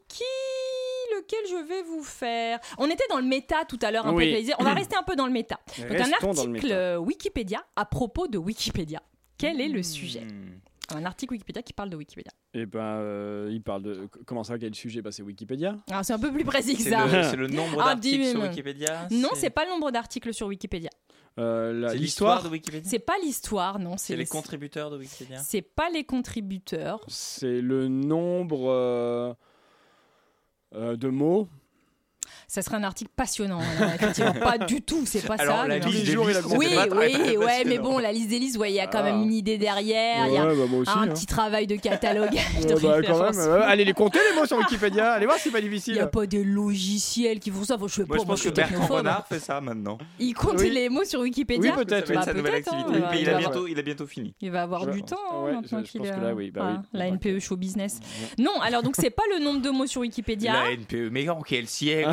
Speaker 10: lequel je vais vous faire On était dans le méta tout à l'heure, un
Speaker 1: Oui.
Speaker 10: peu plaisir. On va rester un peu dans le méta. Donc, un
Speaker 1: Restons dans le
Speaker 10: article
Speaker 1: méta.
Speaker 10: euh, Wikipédia à propos de Wikipédia. Quel est le sujet Un article Wikipédia qui parle de Wikipédia.
Speaker 1: Et ben, euh, il parle de. Comment ça, quel sujet Bah, c'est Wikipédia.
Speaker 10: Alors, Ah, c'est un peu plus précis que
Speaker 11: C'est
Speaker 10: ça.
Speaker 11: le, c'est le nombre
Speaker 10: Ah,
Speaker 11: d'articles sur
Speaker 10: dis-le.
Speaker 11: Wikipédia
Speaker 10: Non, c'est pas le nombre d'articles sur Wikipédia.
Speaker 1: Euh, la-
Speaker 11: c'est
Speaker 1: L'histoire,
Speaker 11: l'histoire de Wikipédia
Speaker 10: C'est pas l'histoire, non.
Speaker 11: C'est
Speaker 10: C'est
Speaker 11: les contributeurs de Wikipédia
Speaker 10: C'est pas les contributeurs.
Speaker 1: c'est le nombre euh, euh, de mots.
Speaker 10: Ça serait un article passionnant. alors, effectivement, pas du tout. C'est pas
Speaker 11: Alors,
Speaker 10: ça.
Speaker 11: la
Speaker 10: mais-
Speaker 11: liste des
Speaker 1: jours et la course
Speaker 11: listes, on
Speaker 10: Oui,
Speaker 11: peut pas
Speaker 10: oui,
Speaker 11: traiter
Speaker 10: ouais,
Speaker 11: parce que
Speaker 10: mais
Speaker 11: non.
Speaker 10: bon, la liste des listes, vous voyez, il y a quand
Speaker 1: Ah.
Speaker 10: même une idée derrière. Eh, Il y a
Speaker 1: Ouais, bah, moi aussi.
Speaker 10: un
Speaker 1: hein.
Speaker 10: petit travail de catalogue.
Speaker 1: Ouais,
Speaker 10: de
Speaker 1: bah, quand même,
Speaker 10: référence.
Speaker 1: euh, allez les compter les mots sur Wikipédia, allez voir c'est pas
Speaker 10: Il n'y a
Speaker 1: difficile.
Speaker 10: pas des logiciels qui font ça. Faut- je sais
Speaker 11: Moi,
Speaker 10: pas,
Speaker 11: je pense que
Speaker 10: suis
Speaker 11: Bertrand
Speaker 10: technophobe.
Speaker 11: Renard fait ça maintenant.
Speaker 10: Il compte
Speaker 1: Oui.
Speaker 10: les mots sur
Speaker 1: Oui,
Speaker 10: Wikipédia.
Speaker 1: peut-être.
Speaker 11: Ça va être
Speaker 10: Bah,
Speaker 11: sa nouvelle
Speaker 10: peut-être, hein,
Speaker 11: activité.
Speaker 10: on va-
Speaker 11: Mais il
Speaker 10: on
Speaker 11: a
Speaker 10: va
Speaker 11: bientôt- il a bientôt fini.
Speaker 10: Il va avoir
Speaker 1: Je-
Speaker 10: du temps hein,
Speaker 1: ouais,
Speaker 10: maintenant
Speaker 1: je- je
Speaker 10: qu'il
Speaker 1: pense
Speaker 10: est
Speaker 1: que là, oui, bah oui.
Speaker 10: la NPE show business. Non, alors donc c'est pas le nombre de mots sur Wikipédia.
Speaker 11: La NPE, mais en quel siècle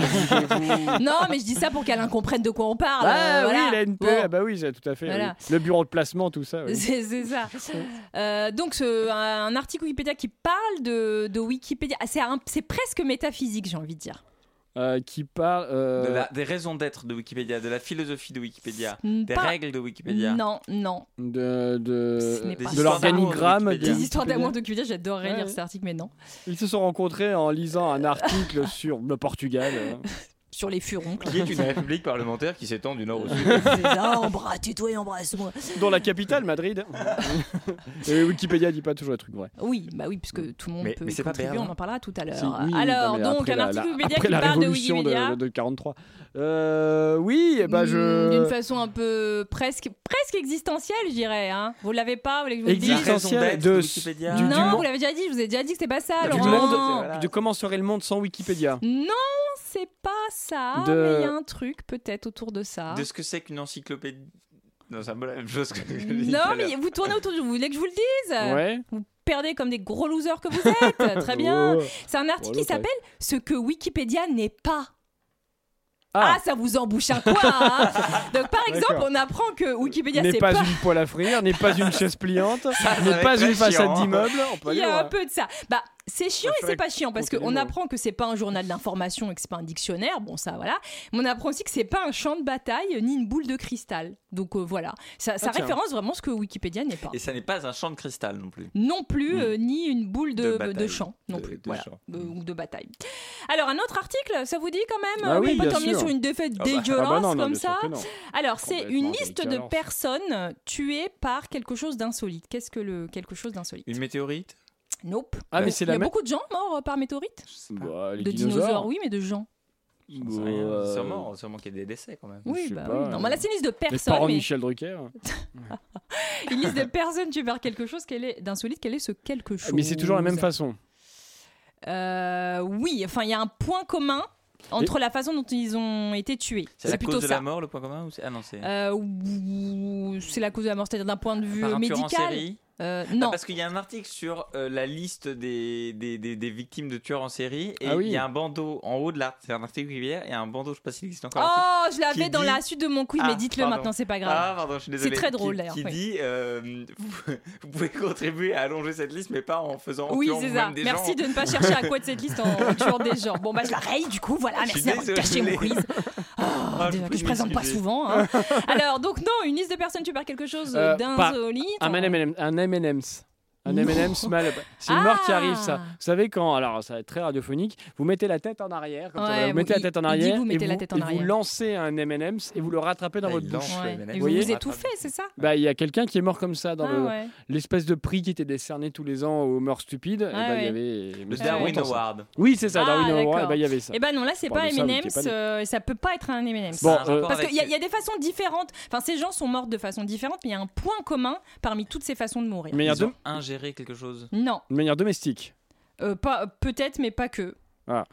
Speaker 10: Non, mais je dis ça pour qu'Alain comprenne de quoi on parle.
Speaker 1: Ah
Speaker 10: euh, voilà.
Speaker 1: E. oui, la NPE,
Speaker 10: Bon.
Speaker 1: ah bah oui, j'ai tout à fait.
Speaker 10: Voilà.
Speaker 1: oui. Le bureau de placement, tout ça. oui.
Speaker 10: C'est c'est ça. Euh, donc, ce- un article Wikipédia qui parle de, de Wikipédia. Ah, C'est un- c'est presque métaphysique, j'ai envie de dire.
Speaker 1: Euh, qui parle.
Speaker 11: De
Speaker 1: euh,
Speaker 11: la- Des raisons d'être de Wikipédia, de la philosophie de Wikipédia, des
Speaker 10: Pas-
Speaker 11: règles de Wikipédia.
Speaker 10: Non, non.
Speaker 1: de,
Speaker 10: Ce
Speaker 1: de,
Speaker 10: n'est pas
Speaker 1: de
Speaker 10: ça.
Speaker 1: l'organigramme.
Speaker 11: Des
Speaker 1: de
Speaker 10: Des histoires
Speaker 1: Wikipédia.
Speaker 10: d'amour de Wikipédia, j'adorerais
Speaker 1: Ouais,
Speaker 10: lire
Speaker 1: ouais.
Speaker 10: cet article, mais non.
Speaker 1: Ils se sont rencontrés en lisant un article sur le Portugal. euh.
Speaker 10: Sur les furons.
Speaker 11: Qui est une république parlementaire qui s'étend du nord au sud.
Speaker 10: C'est ça, embrasse, toi embrasse-moi.
Speaker 1: Dans la capitale, Madrid. Et Wikipédia dit pas toujours les trucs vrais.
Speaker 10: Oui, bah oui, puisque tout le monde
Speaker 11: Mais-
Speaker 10: peut
Speaker 11: mais
Speaker 10: y
Speaker 11: c'est pas
Speaker 10: contribuer,
Speaker 11: Berne.
Speaker 10: on en parlera tout à l'heure.
Speaker 1: Si, oui, oui,
Speaker 10: Alors,
Speaker 1: non, mais
Speaker 10: donc,
Speaker 1: après
Speaker 10: un
Speaker 1: la-
Speaker 10: article
Speaker 1: la-
Speaker 10: Wikipédia
Speaker 1: après
Speaker 10: qui
Speaker 1: la
Speaker 10: parle de
Speaker 1: révolution
Speaker 10: Wikipédia.
Speaker 1: De, de 43. Euh, oui, bah
Speaker 10: Mm, D'une
Speaker 1: je.
Speaker 10: façon un peu presque, presque existentielle, je dirais. hein. Vous l'avez pas, vous l'avez vous le
Speaker 11: La
Speaker 10: dites
Speaker 1: Existe-
Speaker 11: raison
Speaker 1: Essentiel
Speaker 11: d'être
Speaker 1: de-
Speaker 11: de Wikipédia.
Speaker 1: du-
Speaker 10: Non,
Speaker 1: monde.
Speaker 10: vous l'avez déjà dit, je vous ai déjà dit que c'était pas ça,
Speaker 11: Du
Speaker 1: Du
Speaker 10: Laurent.
Speaker 1: monde, de comment serait le monde sans Wikipédia
Speaker 10: Non, c'est pas ça,
Speaker 1: De-
Speaker 10: mais il y a un truc peut-être autour de ça.
Speaker 11: De ce que c'est qu'une encyclopédie. Non, c'est un peu la même chose que. je dis tout
Speaker 10: Non,
Speaker 11: à
Speaker 10: mais
Speaker 11: l'heure.
Speaker 10: vous tournez autour de vous voulez que je vous le dise
Speaker 1: Ouais.
Speaker 10: Vous perdez comme des gros losers que vous êtes. Euh, Très bien.
Speaker 1: Ouais.
Speaker 10: C'est un article
Speaker 1: Bon,
Speaker 10: qui
Speaker 1: l'autre,
Speaker 10: s'appelle Ce que Wikipédia n'est pas. Ah.
Speaker 1: Ah.
Speaker 10: ça vous embouche un coin. hein. Donc par exemple,
Speaker 1: D'accord.
Speaker 10: on apprend que Wikipédia
Speaker 1: N'est
Speaker 10: c'est
Speaker 1: pas,
Speaker 10: pas.
Speaker 1: une poêle à frire, n'est pas une chaise pliante,
Speaker 11: ça va
Speaker 1: n'est
Speaker 11: être
Speaker 1: pas
Speaker 11: très
Speaker 1: une façade
Speaker 11: chiant.
Speaker 1: d'immeuble. On peut
Speaker 10: hein. Il y
Speaker 1: aller
Speaker 10: a un
Speaker 1: voir.
Speaker 10: peu de ça. Bah, c'est chiant et
Speaker 1: Ah, c'est
Speaker 10: c'est
Speaker 1: vrai
Speaker 10: pas
Speaker 1: que-
Speaker 10: chiant parce
Speaker 1: continuez,
Speaker 10: qu'on
Speaker 1: moi.
Speaker 10: apprend que c'est pas un journal d'information et que c'est pas un dictionnaire, bon ça voilà, mais on apprend aussi que c'est pas un champ de bataille ni une boule de cristal. Donc euh, voilà, ça, ça
Speaker 1: Ah, tiens.
Speaker 10: référence vraiment ce que Wikipédia n'est pas.
Speaker 11: Et ça n'est pas un champ de cristal non plus.
Speaker 10: Non plus,
Speaker 1: Hmm.
Speaker 11: Mm.
Speaker 10: euh, ni une boule
Speaker 11: De
Speaker 10: de, de,
Speaker 11: bataille.
Speaker 10: champ, non
Speaker 11: De-
Speaker 10: plus,
Speaker 11: de
Speaker 10: voilà,
Speaker 11: champ.
Speaker 10: de- ou de bataille. Alors un autre article, ça vous dit quand même
Speaker 1: Ah
Speaker 10: On
Speaker 1: oui,
Speaker 10: peut
Speaker 1: bien
Speaker 10: terminer
Speaker 1: sûr.
Speaker 10: sur une défaite
Speaker 11: Ah bah-
Speaker 10: dégueulasse
Speaker 1: Ah bah non, non,
Speaker 10: comme
Speaker 1: bien sûr
Speaker 10: ça.
Speaker 1: que non.
Speaker 10: Alors c'est une
Speaker 1: Complètement
Speaker 10: liste de
Speaker 1: dégueulasse.
Speaker 10: personnes tuées par quelque chose d'insolite. Qu'est-ce que le quelque chose d'insolite
Speaker 11: Une météorite
Speaker 10: Nope.
Speaker 1: Ah, mais
Speaker 10: Bon,
Speaker 1: c'est
Speaker 10: Il y
Speaker 1: la
Speaker 10: a
Speaker 1: même.
Speaker 10: beaucoup de gens morts par euh, météorite
Speaker 1: Bah, les Bah,
Speaker 10: de dinosaures, oui, mais de gens.
Speaker 11: Ah, J'en sais rien.
Speaker 10: euh,
Speaker 11: Sûrement, sûrement qu'il y a des décès quand même.
Speaker 10: Oui, bah oui. Non, mais là, c'est une liste de
Speaker 1: euh, Les
Speaker 10: personnes.
Speaker 1: parents de
Speaker 10: mais-
Speaker 1: Michel Drucker.
Speaker 10: Une liste de personnes tuées par quelque chose quel est- d'insolite. Quel est ce quelque chose
Speaker 1: Ah, Mais c'est toujours la même façon.
Speaker 10: Euh, oui, enfin, il y a un point commun entre la façon dont ils ont été tués.
Speaker 11: C'est la
Speaker 10: plutôt
Speaker 11: cause de
Speaker 10: ça.
Speaker 11: la mort, le point commun ou c'est- Ah non, c'est.
Speaker 10: Euh, ou- c'est la cause de la mort, c'est-à-dire d'un point de vue
Speaker 11: Par un tueur en
Speaker 10: médical.
Speaker 11: série
Speaker 10: Euh,
Speaker 11: Ah,
Speaker 10: non.
Speaker 11: parce qu'il y a un article sur euh, la liste des, des, des- des victimes de tueurs en série et
Speaker 10: Ah oui.
Speaker 11: il y a un bandeau en haut de l'article. C'est un article hier et un bandeau, je sais pas s'il existe encore.
Speaker 10: Oh,
Speaker 11: l'article,
Speaker 10: je l'avais
Speaker 11: qui
Speaker 10: dans
Speaker 11: dit-
Speaker 10: la suite de mon quiz, mais
Speaker 11: Ah,
Speaker 10: dites-le
Speaker 11: pardon.
Speaker 10: maintenant, c'est pas
Speaker 11: Ah,
Speaker 10: grave.
Speaker 11: pardon, je suis
Speaker 10: c'est
Speaker 11: désolé.
Speaker 10: très drôle
Speaker 11: Qui-
Speaker 10: d'ailleurs.
Speaker 11: Qui
Speaker 10: oui.
Speaker 11: dit euh, vous, vous pouvez contribuer à allonger cette liste, mais pas en faisant. en
Speaker 10: Oui,
Speaker 11: tuant
Speaker 10: c'est
Speaker 11: vous-même
Speaker 10: ça.
Speaker 11: des
Speaker 10: Merci
Speaker 11: gens.
Speaker 10: de ne pas chercher à quoi de cette liste en tuant des gens. Bon, bah, je la raye du coup, voilà,
Speaker 11: Je suis
Speaker 10: merci d'avoir
Speaker 11: désolé.
Speaker 10: caché mon quiz.
Speaker 11: Ah,
Speaker 10: déjà, que je présente pas
Speaker 11: m'excuser.
Speaker 10: souvent. hein. Alors, donc, non, une liste de personnes tuées par quelque chose
Speaker 1: Euh, pas-
Speaker 10: d'insolite.
Speaker 1: Un M&M un M&M's. Un
Speaker 10: Non.
Speaker 1: M&M's mal. C'est une mort qui
Speaker 10: Ah.
Speaker 1: arrive, ça. Vous savez quand Alors, ça va être très radiophonique. Vous mettez la tête en arrière, comme ça,
Speaker 10: Ouais,
Speaker 1: vous mettez
Speaker 10: vous-
Speaker 1: la tête en
Speaker 10: il- il dit
Speaker 1: arrière,
Speaker 10: vous mettez
Speaker 1: et,
Speaker 10: la
Speaker 1: vous,
Speaker 10: tête en
Speaker 1: et vous
Speaker 10: arrière.
Speaker 1: lancez un M&M's et vous le rattrapez dans
Speaker 11: Là,
Speaker 1: votre
Speaker 11: Ah, il
Speaker 1: bouche.
Speaker 11: lance le Ouais. M&M's.
Speaker 10: Et
Speaker 1: Vous
Speaker 10: vous vous
Speaker 1: voyez
Speaker 10: étouffez, c'est ça
Speaker 1: Bah, il y a quelqu'un qui est mort comme ça dans
Speaker 10: Ah
Speaker 1: le-
Speaker 10: ouais.
Speaker 1: l'espèce de prix qui était décerné tous les ans aux mœurs stupides. et
Speaker 10: Ah
Speaker 1: bah, il y
Speaker 10: ouais.
Speaker 1: avait mais
Speaker 11: Le
Speaker 1: c'est
Speaker 11: Darwin
Speaker 1: longtemps, ça.
Speaker 11: Award.
Speaker 1: Oui, c'est ça,
Speaker 10: Ah,
Speaker 1: Darwin Award.
Speaker 10: d'accord.
Speaker 1: Et bah, il y avait ça.
Speaker 10: Eh ben non, là c'est
Speaker 1: Bon,
Speaker 10: pas
Speaker 1: mais ça, vous
Speaker 10: M&M's,
Speaker 1: étiez pas né.
Speaker 10: euh, ça peut pas être un M&M's.
Speaker 1: Bon, euh,
Speaker 10: Parce qu'il y, a- il y a des façons différentes. Enfin, ces gens sont morts de façon différente, mais il y a un point commun parmi toutes ces façons de mourir.
Speaker 1: Mais il y a
Speaker 11: Ils
Speaker 1: deux.
Speaker 11: ont ingéré quelque chose.
Speaker 10: Non,
Speaker 1: De manière domestique.
Speaker 10: Euh, pas euh, peut-être, mais pas que.
Speaker 1: Voilà.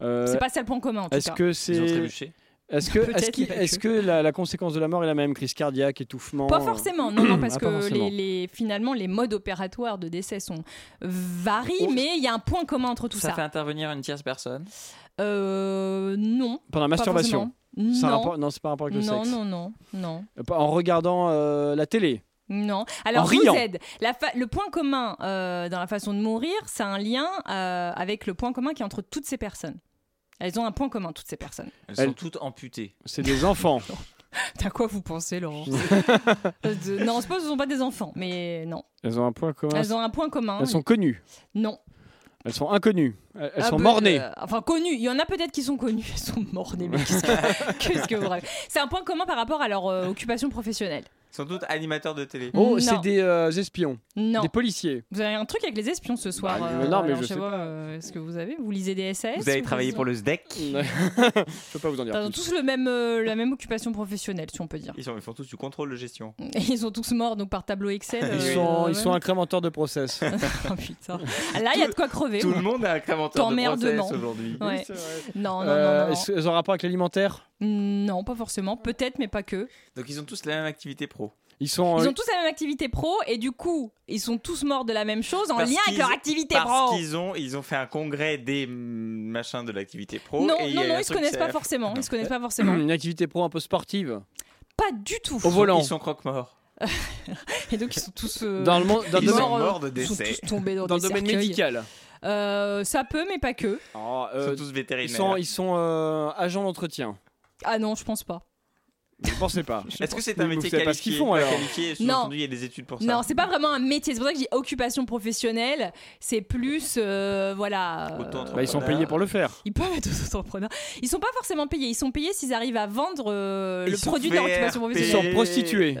Speaker 1: Euh,
Speaker 10: C'est pas ça le point commun en tout
Speaker 1: Est-ce
Speaker 10: cas.
Speaker 1: que c'est.
Speaker 11: Ils ont trébuché.
Speaker 1: Est-ce que,
Speaker 10: Peut-être,
Speaker 1: est-ce qu'il-
Speaker 10: mais pas
Speaker 1: est-ce
Speaker 10: que.
Speaker 1: que la, la conséquence de la mort est la même Crise cardiaque, étouffement
Speaker 10: Pas
Speaker 1: euh,
Speaker 10: forcément, non, non, parce
Speaker 1: Ah, pas
Speaker 10: que
Speaker 1: forcément.
Speaker 10: les, les- finalement les modes opératoires de décès sont
Speaker 1: Oh.
Speaker 10: varient, mais il y a un point commun entre tout
Speaker 11: Ça,
Speaker 10: ça.
Speaker 11: fait intervenir une tierce personne.
Speaker 10: Euh, non.
Speaker 1: Pendant la
Speaker 10: pas
Speaker 1: masturbation
Speaker 10: forcément.
Speaker 1: C'est un
Speaker 10: Non.
Speaker 1: rapport- Non, c'est pas un rapport avec le
Speaker 10: Non,
Speaker 1: sexe.
Speaker 10: non, non, non.
Speaker 1: Euh, En regardant euh, la télé.
Speaker 10: Non. Alors,
Speaker 1: En
Speaker 10: je
Speaker 1: riant.
Speaker 10: vous aide. La fa- le point commun euh, dans la façon de mourir, c'est un lien euh, avec le point commun qui est entre toutes ces personnes. Elles ont un point commun, toutes ces personnes.
Speaker 11: Elles
Speaker 1: Elle-
Speaker 11: sont toutes amputées.
Speaker 1: C'est des enfants.
Speaker 10: À quoi vous pensez, Laurent Euh, de- Non, je suppose que ce ne sont pas des enfants, mais non.
Speaker 1: Elles ont un point commun.
Speaker 10: Elles ont un point commun.
Speaker 1: Elles sont connues.
Speaker 10: Non.
Speaker 1: Elles sont inconnues. Elles, elles
Speaker 10: Ah,
Speaker 1: sont
Speaker 10: peu-
Speaker 1: mornées.
Speaker 10: euh, enfin, connues. Il y en a peut-être qui sont connues. Elles sont mornées, mais qu'est-ce que, qu'est-ce que vous rêvez C'est un point commun par rapport à leur euh, occupation professionnelle.
Speaker 11: Elles sont toutes animateurs de télé.
Speaker 1: Oh,
Speaker 10: non.
Speaker 1: c'est des euh, espions.
Speaker 10: Non.
Speaker 1: Des policiers.
Speaker 10: Vous avez un truc avec les espions ce soir
Speaker 1: Bah,
Speaker 10: euh,
Speaker 1: non, mais
Speaker 10: alors,
Speaker 1: je sais
Speaker 10: pas. euh, Est-ce que vous avez Vous lisez des SAS
Speaker 11: Vous avez
Speaker 10: ou
Speaker 11: travaillé pour le SDEC.
Speaker 1: Je peux pas vous en dire
Speaker 10: Ils ont
Speaker 1: plus.
Speaker 10: tous le même, euh, la même occupation professionnelle, si on peut dire.
Speaker 11: Ils, sont- ils font tous du contrôle de gestion.
Speaker 10: Et ils sont tous morts donc par tableau Excel.
Speaker 1: Ils
Speaker 10: euh,
Speaker 1: sont, ils
Speaker 10: ouais.
Speaker 1: sont incrémenteurs de process.
Speaker 10: Oh, putain. Là, il y a de quoi crever.
Speaker 11: Tout le monde a un crémenteur de
Speaker 10: T'emmerdement.
Speaker 11: process aujourd'hui.
Speaker 10: Ouais. Oh, Non, non,
Speaker 1: Euh,
Speaker 10: non, non,
Speaker 1: est-ce- Elles ont un rapport avec l'alimentaire
Speaker 10: non. Non, pas forcément. Peut-être, mais pas que.
Speaker 11: Donc ils ont tous la même activité pro.
Speaker 1: Ils sont. euh,
Speaker 10: Ils ont tous la même activité pro et du coup, ils sont tous morts de la même chose en
Speaker 11: Parce
Speaker 10: lien avec
Speaker 11: qu'ils-
Speaker 10: leur activité
Speaker 11: parce
Speaker 10: pro.
Speaker 11: qu'ils ont, ils ont fait un congrès des mm, machins de l'activité pro.
Speaker 10: Non,
Speaker 11: et il y
Speaker 10: non,
Speaker 11: a
Speaker 10: non,
Speaker 11: un
Speaker 10: ils se
Speaker 11: truc
Speaker 10: connaissent
Speaker 11: qui
Speaker 10: pas
Speaker 11: a-
Speaker 10: forcément. Ils se connaissent pas forcément.
Speaker 1: une activité pro un peu sportive.
Speaker 10: Pas du tout.
Speaker 1: Au volant.
Speaker 11: Ils sont croque-morts.
Speaker 10: Et donc, ils sont tous. euh,
Speaker 1: Dans le monde- dans le
Speaker 10: ils
Speaker 1: domaine-
Speaker 10: sont morts,
Speaker 11: morts de
Speaker 10: ils sont
Speaker 11: décès.
Speaker 10: tous tombés dans,
Speaker 1: Dans le
Speaker 10: des
Speaker 1: domaine
Speaker 10: cercueils.
Speaker 1: médical.
Speaker 10: Euh, ça peut, mais pas que.
Speaker 1: Oh,
Speaker 11: Ils
Speaker 1: euh,
Speaker 11: sont tous
Speaker 1: ils
Speaker 11: vétérinaires.
Speaker 1: sont, ils sont euh, agents d'entretien.
Speaker 10: Ah non, je pense pas.
Speaker 1: Je pensais pas.
Speaker 11: Est-ce que c'est
Speaker 1: Mais
Speaker 11: un
Speaker 1: vous
Speaker 11: métier
Speaker 1: savez
Speaker 11: qualifié
Speaker 1: pas ce qu'ils font,
Speaker 11: pas
Speaker 1: alors.
Speaker 11: qualifié, sous-entendu, il y a des études pour ça.
Speaker 10: Non, c'est pas vraiment un métier. C'est pour ça que je dis occupation professionnelle. C'est plus, euh, voilà. euh,
Speaker 11: Auto-entrepreneur.
Speaker 1: Bah, ils sont payés pour le faire.
Speaker 10: ils peuvent être auto-entrepreneurs. Ils sont pas forcément payés. Ils sont payés s'ils arrivent à vendre euh,
Speaker 11: Ils
Speaker 10: le
Speaker 11: sont
Speaker 10: produit de leur
Speaker 11: VRP.
Speaker 10: occupation
Speaker 1: Ils sont
Speaker 10: professionnelle.
Speaker 11: Et-
Speaker 1: prostitués.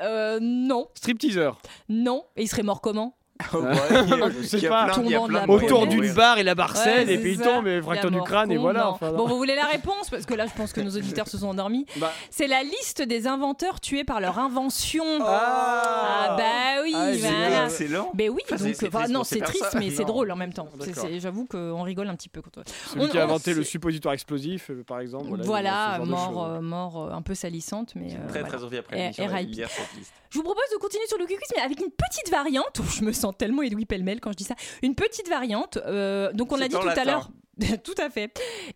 Speaker 10: Euh, non,
Speaker 1: Stripteaseurs.
Speaker 10: non. Et ils seraient morts comment
Speaker 11: Oh, ouais, il y a-
Speaker 1: Je sais
Speaker 11: il y a
Speaker 1: pas.
Speaker 11: plein- il y a
Speaker 10: Tombant de
Speaker 11: plein
Speaker 10: la
Speaker 11: moyens de
Speaker 1: Autour
Speaker 10: Ouais,
Speaker 1: d'une
Speaker 11: mourir.
Speaker 1: barre et la barre
Speaker 10: Ah, Ouais,
Speaker 1: cède, et puis ils
Speaker 10: c'est
Speaker 1: tombent,
Speaker 10: ça.
Speaker 1: et fracture
Speaker 10: La
Speaker 1: du
Speaker 10: mort
Speaker 1: crâne, et
Speaker 10: con,
Speaker 1: voilà.
Speaker 10: non.
Speaker 1: enfin,
Speaker 10: Bon, vous voulez la réponse Parce que là, je pense que nos auditeurs se sont endormis.
Speaker 1: Bah.
Speaker 10: C'est la liste des inventeurs tués par leur invention.
Speaker 1: Ah.
Speaker 10: Ah bah oui,
Speaker 1: Ah, c'est
Speaker 10: voilà.
Speaker 1: bien.
Speaker 11: Excellent.
Speaker 10: Ben oui,
Speaker 11: Enfin, c'est-
Speaker 10: donc
Speaker 11: c'est
Speaker 10: enfin,
Speaker 11: triste
Speaker 10: non,
Speaker 11: pour ces
Speaker 10: c'est triste,
Speaker 11: personnes.
Speaker 10: mais c'est
Speaker 11: Non.
Speaker 10: drôle en même temps. C'est-
Speaker 1: Ah, D'accord.
Speaker 10: c'est- J'avoue qu'on rigole un petit peu quand on-
Speaker 1: Celui
Speaker 10: on-
Speaker 1: qui a
Speaker 10: on-
Speaker 1: inventé le suppositoire explosif, euh, par exemple. Voilà,
Speaker 10: Voilà,
Speaker 1: ce genre de
Speaker 10: mort,
Speaker 1: choses.
Speaker 10: euh, mort euh, un peu salissante, mais euh,
Speaker 11: Très
Speaker 10: voilà.
Speaker 11: très envie après
Speaker 10: Et-
Speaker 11: l'émission
Speaker 10: et
Speaker 11: d'aller
Speaker 10: RIP.
Speaker 11: lire cette liste.
Speaker 10: Je vous propose de continuer sur le quiz, mais avec une petite variante. Ouf, Je me sens tellement Edoui Pellemel quand je dis ça. Une petite variante. euh, donc on
Speaker 11: C'est
Speaker 10: l'a dit
Speaker 11: en
Speaker 10: tout
Speaker 11: latin.
Speaker 10: à l'heure. tout à fait.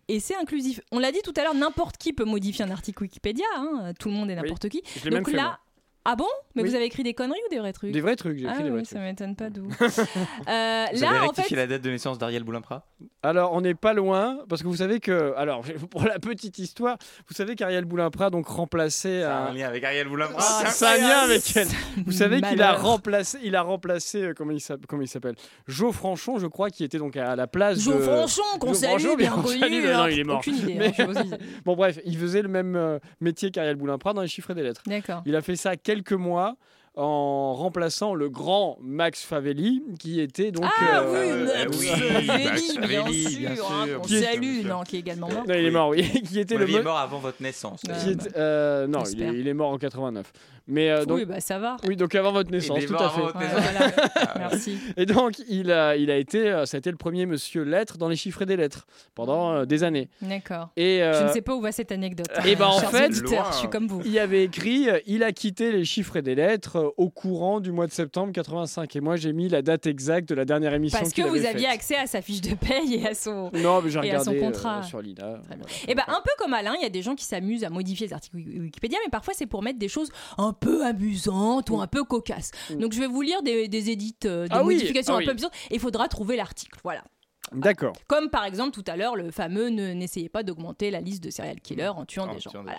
Speaker 10: Et c'est inclusif. On l'a dit tout à l'heure, n'importe qui peut modifier un article Wikipédia. hein, Tout le monde et n'importe qui.
Speaker 1: Je l'ai même
Speaker 10: Donc
Speaker 1: fait, moi.
Speaker 10: là. Ah bon Mais
Speaker 1: Oui.
Speaker 10: vous avez écrit des conneries ou des vrais trucs
Speaker 1: Des vrais trucs, j'ai
Speaker 10: Ah
Speaker 1: écrit des vrais
Speaker 10: oui,
Speaker 1: trucs.
Speaker 10: ça m'étonne pas d'où.
Speaker 11: Vous avez
Speaker 10: là, en
Speaker 11: rectifié
Speaker 10: fait,
Speaker 11: la date de naissance d'Ariel Boulimpra
Speaker 1: Alors, on n'est pas loin, parce que vous savez que. Alors, pour la petite histoire, vous savez qu'Ariel Boulin-Prat donc remplacé
Speaker 11: Ça a
Speaker 1: un.
Speaker 11: un lien avec Ariel Boulimpra.
Speaker 1: Ah,
Speaker 11: c'est
Speaker 1: ça a un lien
Speaker 11: incroyable.
Speaker 1: avec elle. Vous savez qu'il a
Speaker 10: Malheur.
Speaker 1: remplacé, il a remplacé euh, comment il s'appelle, comment il s'appelle, Joe Franchon, je crois, qui était donc à la place
Speaker 10: Jean
Speaker 1: de.
Speaker 10: Franchon, qu'on
Speaker 1: Jean
Speaker 10: salue,
Speaker 1: Franchon,
Speaker 10: bien
Speaker 1: qu'on
Speaker 10: connu.
Speaker 1: salue, mais non,
Speaker 10: hein.
Speaker 1: il est mort.
Speaker 10: Aucune idée. hein,
Speaker 1: Mais-
Speaker 10: je sais pas si-
Speaker 1: Bon bref, il faisait le même euh, métier qu'Ariel Boulin-Prat dans les chiffres et les lettres.
Speaker 10: D'accord.
Speaker 1: Il a fait ça quelques mois. en remplaçant le grand Max Favelli, qui était donc.
Speaker 10: Ah
Speaker 1: euh,
Speaker 10: oui,
Speaker 1: euh,
Speaker 10: Max
Speaker 1: oui,
Speaker 10: Favelli,
Speaker 1: Max
Speaker 10: bien,
Speaker 1: Favelli,
Speaker 10: sûr,
Speaker 1: bien
Speaker 10: hein,
Speaker 1: sûr.
Speaker 10: qu'on
Speaker 1: Qui est-
Speaker 10: salue, non, qui est également mort.
Speaker 1: Non, il est mort, oui. qui était
Speaker 11: Mon
Speaker 1: le
Speaker 11: avis, il est
Speaker 1: mo-
Speaker 11: mort avant votre naissance.
Speaker 10: Ouais,
Speaker 1: qui était- euh, non, il
Speaker 10: J'espère.
Speaker 1: est, il est mort en 89. Mais, euh, donc,
Speaker 10: Oui, bah ça va.
Speaker 1: oui, Ah, donc avant votre naissance,
Speaker 11: est
Speaker 1: tout
Speaker 11: mort
Speaker 1: à
Speaker 11: avant
Speaker 1: fait.
Speaker 11: votre
Speaker 10: Ouais,
Speaker 11: naissance.
Speaker 10: voilà. Merci.
Speaker 1: Et donc, il a, il a été, euh, ça a été le premier monsieur lettres dans les chiffres et des lettres pendant euh, des années.
Speaker 10: D'accord.
Speaker 1: Et,
Speaker 10: Je
Speaker 1: euh,
Speaker 10: ne sais pas où va cette anecdote.
Speaker 1: Et
Speaker 10: hein,
Speaker 1: ben, en
Speaker 10: chers
Speaker 1: fait,
Speaker 10: auditeurs, je suis comme vous.
Speaker 1: Il y avait écrit euh, il a quitté les chiffres et des lettres euh, au courant du mois de septembre 85. Et moi, j'ai mis la date exacte de la dernière émission.
Speaker 10: Parce que
Speaker 1: qu'il
Speaker 10: vous
Speaker 1: avait
Speaker 10: aviez
Speaker 1: faite.
Speaker 10: accès à sa fiche de paye et à son.
Speaker 1: Non, mais j'ai
Speaker 10: et à son
Speaker 1: regardé euh,
Speaker 10: contrat.
Speaker 1: sur l'INA.
Speaker 10: Et ben un peu comme Alain, il y a des gens qui s'amusent à modifier les articles Wik- Wikipédia, mais parfois c'est pour mettre des choses un peu amusantes ou un peu cocasses. Donc je vais vous lire des, des édits, euh, des
Speaker 1: Mm. Ah oui,
Speaker 10: modifications
Speaker 1: ah
Speaker 10: un
Speaker 1: oui.
Speaker 10: peu amusantes, et il faudra trouver l'article. Voilà.
Speaker 1: D'accord.
Speaker 10: Comme par exemple tout à l'heure le fameux ne- n'essayez pas d'augmenter la liste de serial killers en tuant des gens. Voilà.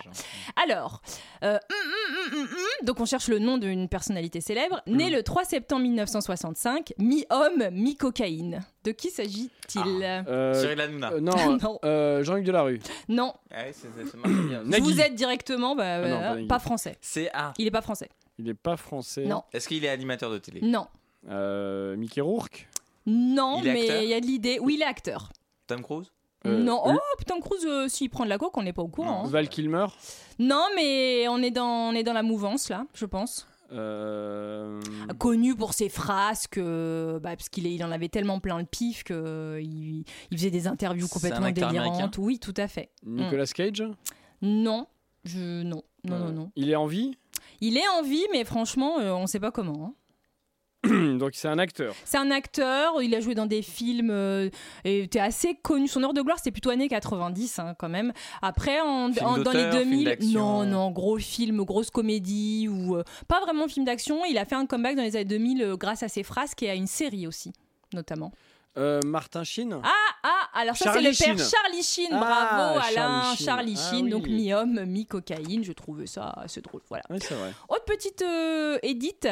Speaker 10: Alors, euh, hum, hum, hum, hum, hum. donc on cherche le nom d'une personnalité célèbre, né le 3 septembre 1965, mi-homme, mi-cocaïne. De qui s'agit-il
Speaker 1: Euh,
Speaker 11: Cyril Hanouna.
Speaker 1: euh, non,
Speaker 10: Non.
Speaker 1: euh, Jean-Luc Delarue.
Speaker 10: Non,
Speaker 11: Ah oui, c'est- c'est- ça marche bien.
Speaker 10: je vous
Speaker 1: Nagui.
Speaker 10: êtes directement, bah,
Speaker 1: non,
Speaker 10: voilà, pas,
Speaker 1: pas Nagui.
Speaker 10: français.
Speaker 11: C'est A.
Speaker 10: Il est pas français.
Speaker 1: Il n'est pas français.
Speaker 10: Non.
Speaker 11: Est-ce qu'il est animateur de télé
Speaker 10: Non,
Speaker 1: Euh, Mickey Rourke.
Speaker 10: non,
Speaker 11: Il est acteur
Speaker 10: mais il y a de l'idée. Oui, il est acteur.
Speaker 11: Tom Cruise
Speaker 1: Euh,
Speaker 10: non,
Speaker 1: le-
Speaker 10: oh putain, Cruz, euh, s'il prend de la coke, on n'est pas au courant. hein.
Speaker 1: Val Kilmer.
Speaker 10: Non, mais on est dans, on est dans la mouvance là, je pense.
Speaker 1: Euh,
Speaker 11: Mm.
Speaker 10: Connu pour ses frasques, euh, bah, parce qu'il est- il en avait tellement plein le pif que euh, il, il faisait des interviews
Speaker 11: C'est
Speaker 10: complètement
Speaker 11: un acteur
Speaker 10: délirantes.
Speaker 11: américain
Speaker 10: Oui, tout à fait.
Speaker 1: Nicolas Cage. Euh,
Speaker 10: Mm. Hmm. Non, je non, non, non, non.
Speaker 1: Il est en vie.
Speaker 10: Il est en vie, mais franchement, euh, on sait pas comment. hein.
Speaker 1: donc c'est un acteur.
Speaker 10: C'est un acteur, il a joué dans des films, euh, et était assez connu. Son heure de gloire, c'était plutôt années 90 hein, quand même. Après, en,
Speaker 11: Film
Speaker 10: en- dans les
Speaker 11: d'auteur, film
Speaker 10: 2000,
Speaker 11: d'action.
Speaker 10: non, non, gros film, grosse comédie, ou euh, pas vraiment film d'action. Il a fait un comeback dans les années 2000 euh, grâce à ses frasques et à une série aussi, notamment.
Speaker 1: Euh, Martin Sheen.
Speaker 10: Ah, ah, alors ça, c'est
Speaker 1: Charlie
Speaker 10: le père
Speaker 1: Sheen.
Speaker 10: Charlie Sheen.
Speaker 1: Ah,
Speaker 10: Bravo,
Speaker 1: Charlie
Speaker 10: Alain,
Speaker 1: Sheen.
Speaker 10: Charlie
Speaker 1: Ah
Speaker 10: Sheen,
Speaker 1: oui.
Speaker 10: donc mi-homme, mi-cocaïne. Je trouvais ça assez drôle, voilà.
Speaker 1: Oui, c'est vrai.
Speaker 10: Autre petite euh, édite.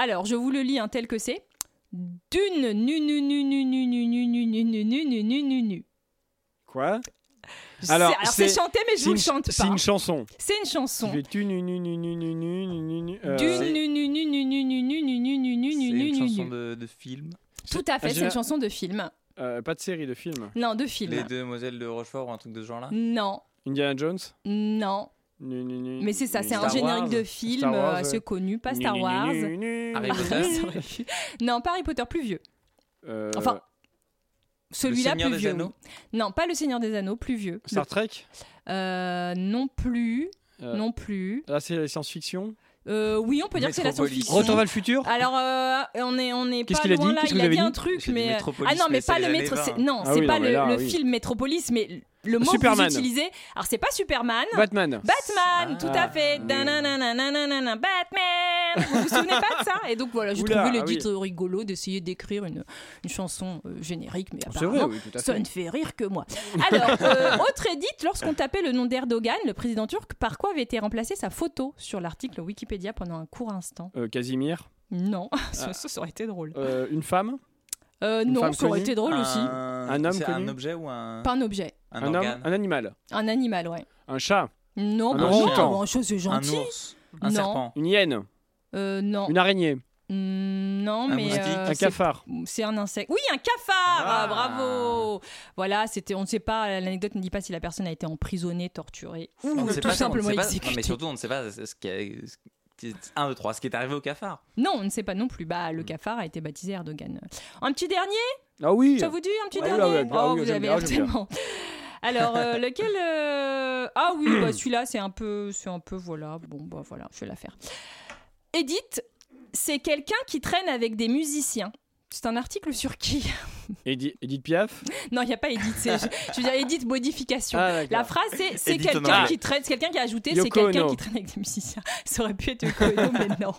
Speaker 10: Alors, je vous le lis hein, tel que c'est. Dune, nu, nu, nu, nu, nu, nu, nu, nu, nu, nu, nu, nu, nu, nu, nu.
Speaker 1: Quoi
Speaker 10: C'est- Alors, c'est chanté, mais je vous le
Speaker 1: c'est une-
Speaker 10: chante pas.
Speaker 1: C'est une chanson.
Speaker 10: C'est une chanson.
Speaker 1: Qui fait tu, nu, nu, nu, nu, nu, nu, nu, nu, nu, euh,
Speaker 10: Dune, nu, nu, nu, nu, nu, nu, nu, nu, nu, nu, nu,
Speaker 11: C'est
Speaker 10: nu,
Speaker 11: une
Speaker 10: nu,
Speaker 11: chanson
Speaker 10: nu.
Speaker 11: de, de film.
Speaker 10: Tout à fait,
Speaker 1: Ah,
Speaker 10: c'est
Speaker 1: j'ai-
Speaker 10: une chanson de film.
Speaker 1: euh, pas de série, de film.
Speaker 10: Non, de
Speaker 11: Les
Speaker 10: film.
Speaker 11: Demoiselles de Rochefort ou un truc de ce genre-là
Speaker 10: Non,
Speaker 1: Indiana Jones.
Speaker 10: non.
Speaker 1: Nu, nu, nu,
Speaker 10: Mais c'est ça, c'est un
Speaker 11: Star
Speaker 10: générique
Speaker 11: Wars,
Speaker 10: de film
Speaker 1: Star Wars,
Speaker 10: euh, assez
Speaker 1: ouais.
Speaker 10: connu, pas
Speaker 1: Nu,
Speaker 10: Star
Speaker 1: nu, nu,
Speaker 10: Wars.
Speaker 1: nu, nu, nu.
Speaker 11: Harry Potter.
Speaker 10: Ça aurait pu. Non, pas Harry Potter, plus vieux.
Speaker 1: Euh,
Speaker 10: Enfin, Celui-là
Speaker 11: Seigneur
Speaker 10: plus
Speaker 11: des
Speaker 10: vieux.
Speaker 11: Anneaux
Speaker 10: oui. Non, pas le Seigneur des Anneaux, plus vieux.
Speaker 1: Star Trek.
Speaker 10: Euh, non plus,
Speaker 1: Euh,
Speaker 10: non plus.
Speaker 1: Là, c'est la science-fiction.
Speaker 10: Euh, oui, on peut dire que c'est la
Speaker 11: Métropolis.
Speaker 10: science-fiction.
Speaker 1: Retour vers le futur.
Speaker 10: Alors, euh, on est, on est
Speaker 1: Qu'est-ce
Speaker 10: pas
Speaker 1: qu'il a
Speaker 10: loin
Speaker 1: dit
Speaker 10: là.
Speaker 1: Qu'est-ce
Speaker 10: il
Speaker 1: que vous
Speaker 10: a
Speaker 1: avez
Speaker 10: dit un
Speaker 1: dit
Speaker 10: truc,
Speaker 11: C'est du
Speaker 10: mais
Speaker 11: Métropolis,
Speaker 10: ah non, mais
Speaker 11: mais
Speaker 10: pas
Speaker 11: c'est
Speaker 10: le
Speaker 11: les années
Speaker 10: métro.
Speaker 11: 20.
Speaker 10: c'est- Non,
Speaker 1: Ah
Speaker 10: c'est
Speaker 1: oui,
Speaker 10: pas
Speaker 1: non,
Speaker 10: le,
Speaker 1: mais là,
Speaker 10: le
Speaker 1: oui. Ah,
Speaker 10: film Métropolis, mais le mot
Speaker 1: Superman.
Speaker 10: que vous utilisez. Alors, c'est pas Superman.
Speaker 1: Batman.
Speaker 10: Batman,
Speaker 1: Ah.
Speaker 10: tout à fait. Danananananana, Batman. Vous vous souvenez pas de ça Et donc voilà, j'ai
Speaker 1: Oula,
Speaker 10: trouvé le
Speaker 1: ah oui.
Speaker 10: titre rigolo d'essayer d'écrire une, une chanson euh, générique, mais
Speaker 1: Ah, C'est
Speaker 10: apparemment
Speaker 1: vrai, oui, tout à
Speaker 10: ça
Speaker 1: fait.
Speaker 10: ne fait rire que moi. Alors, euh, autre édite, lorsqu'on tapait le nom d'Erdogan, le président turc, par quoi avait été remplacée sa photo sur l'article Wikipédia pendant un court instant
Speaker 1: Euh, Casimir.
Speaker 10: Non, ça, ça, ça aurait été drôle.
Speaker 1: Euh, une femme.
Speaker 10: Euh,
Speaker 1: Ah. une
Speaker 10: non,
Speaker 1: femme
Speaker 10: ça aurait
Speaker 1: connue
Speaker 10: été drôle aussi.
Speaker 1: Un homme
Speaker 11: C'est un
Speaker 1: connu
Speaker 11: objet ou un,
Speaker 10: Pas un objet,
Speaker 11: un,
Speaker 1: Un homme.
Speaker 11: organe
Speaker 1: Un animal.
Speaker 10: un animal, ouais.
Speaker 1: Un chat.
Speaker 10: Non,
Speaker 1: Un
Speaker 10: bah non,
Speaker 1: orang-outan.
Speaker 10: bah, un chat, c'est
Speaker 11: Un
Speaker 10: gentil.
Speaker 11: ours Un
Speaker 10: Non.
Speaker 11: serpent
Speaker 1: Une hyène.
Speaker 10: Euh, non,
Speaker 1: Une araignée.
Speaker 10: Mm, non,
Speaker 11: Un
Speaker 10: mais
Speaker 11: moustique.
Speaker 10: euh,
Speaker 1: Un
Speaker 10: c'est-
Speaker 1: cafard.
Speaker 10: c'est un insecte. Oui, un cafard.
Speaker 11: Ah.
Speaker 10: Ah, Bravo. Voilà, c'était. On ne sait pas. L'anecdote ne dit pas si la personne a été emprisonnée, torturée ou
Speaker 11: On ne sait
Speaker 10: tout
Speaker 11: pas- on ne
Speaker 10: simplement
Speaker 11: sait pas-
Speaker 10: exécutée.
Speaker 11: Non, mais surtout, on ne sait pas ce qui est. ce qui est- Un, deux, trois, ce qui est arrivé au cafard.
Speaker 10: Non, on ne sait pas non plus. Bah,
Speaker 1: Mm.
Speaker 10: le cafard a été baptisé Erdogan. Un petit dernier,
Speaker 1: Ah oui.
Speaker 10: ça vous dit Un petit
Speaker 1: Ouais,
Speaker 10: dernier
Speaker 1: ouais, ouais,
Speaker 10: Oh,
Speaker 1: ouais,
Speaker 10: vous
Speaker 1: j'aime
Speaker 10: avez
Speaker 1: bien,
Speaker 10: l'air
Speaker 1: j'aime bien.
Speaker 10: tellement. Alors, euh, lequel euh, Ah oui,
Speaker 1: Mm.
Speaker 10: bah, celui-là, c'est un peu, c'est un peu, voilà. Bon, bah voilà, je vais la faire. Edith, c'est quelqu'un qui traîne avec des musiciens. C'est un article sur qui
Speaker 1: Edith, Edith Piaf.
Speaker 10: Non, il n'y a pas Edith. c'est- Je, je veux dire Edith modification.
Speaker 1: Ah,
Speaker 10: La
Speaker 1: d'accord.
Speaker 10: phrase, c'est c'est
Speaker 11: Edith
Speaker 10: quelqu'un
Speaker 11: Honoré.
Speaker 10: qui traîne, c'est quelqu'un qui a ajouté, c'est
Speaker 1: Yoko
Speaker 10: quelqu'un
Speaker 1: Ono.
Speaker 10: qui traîne avec des musiciens. Ça aurait pu être Yoko Ono, mais non.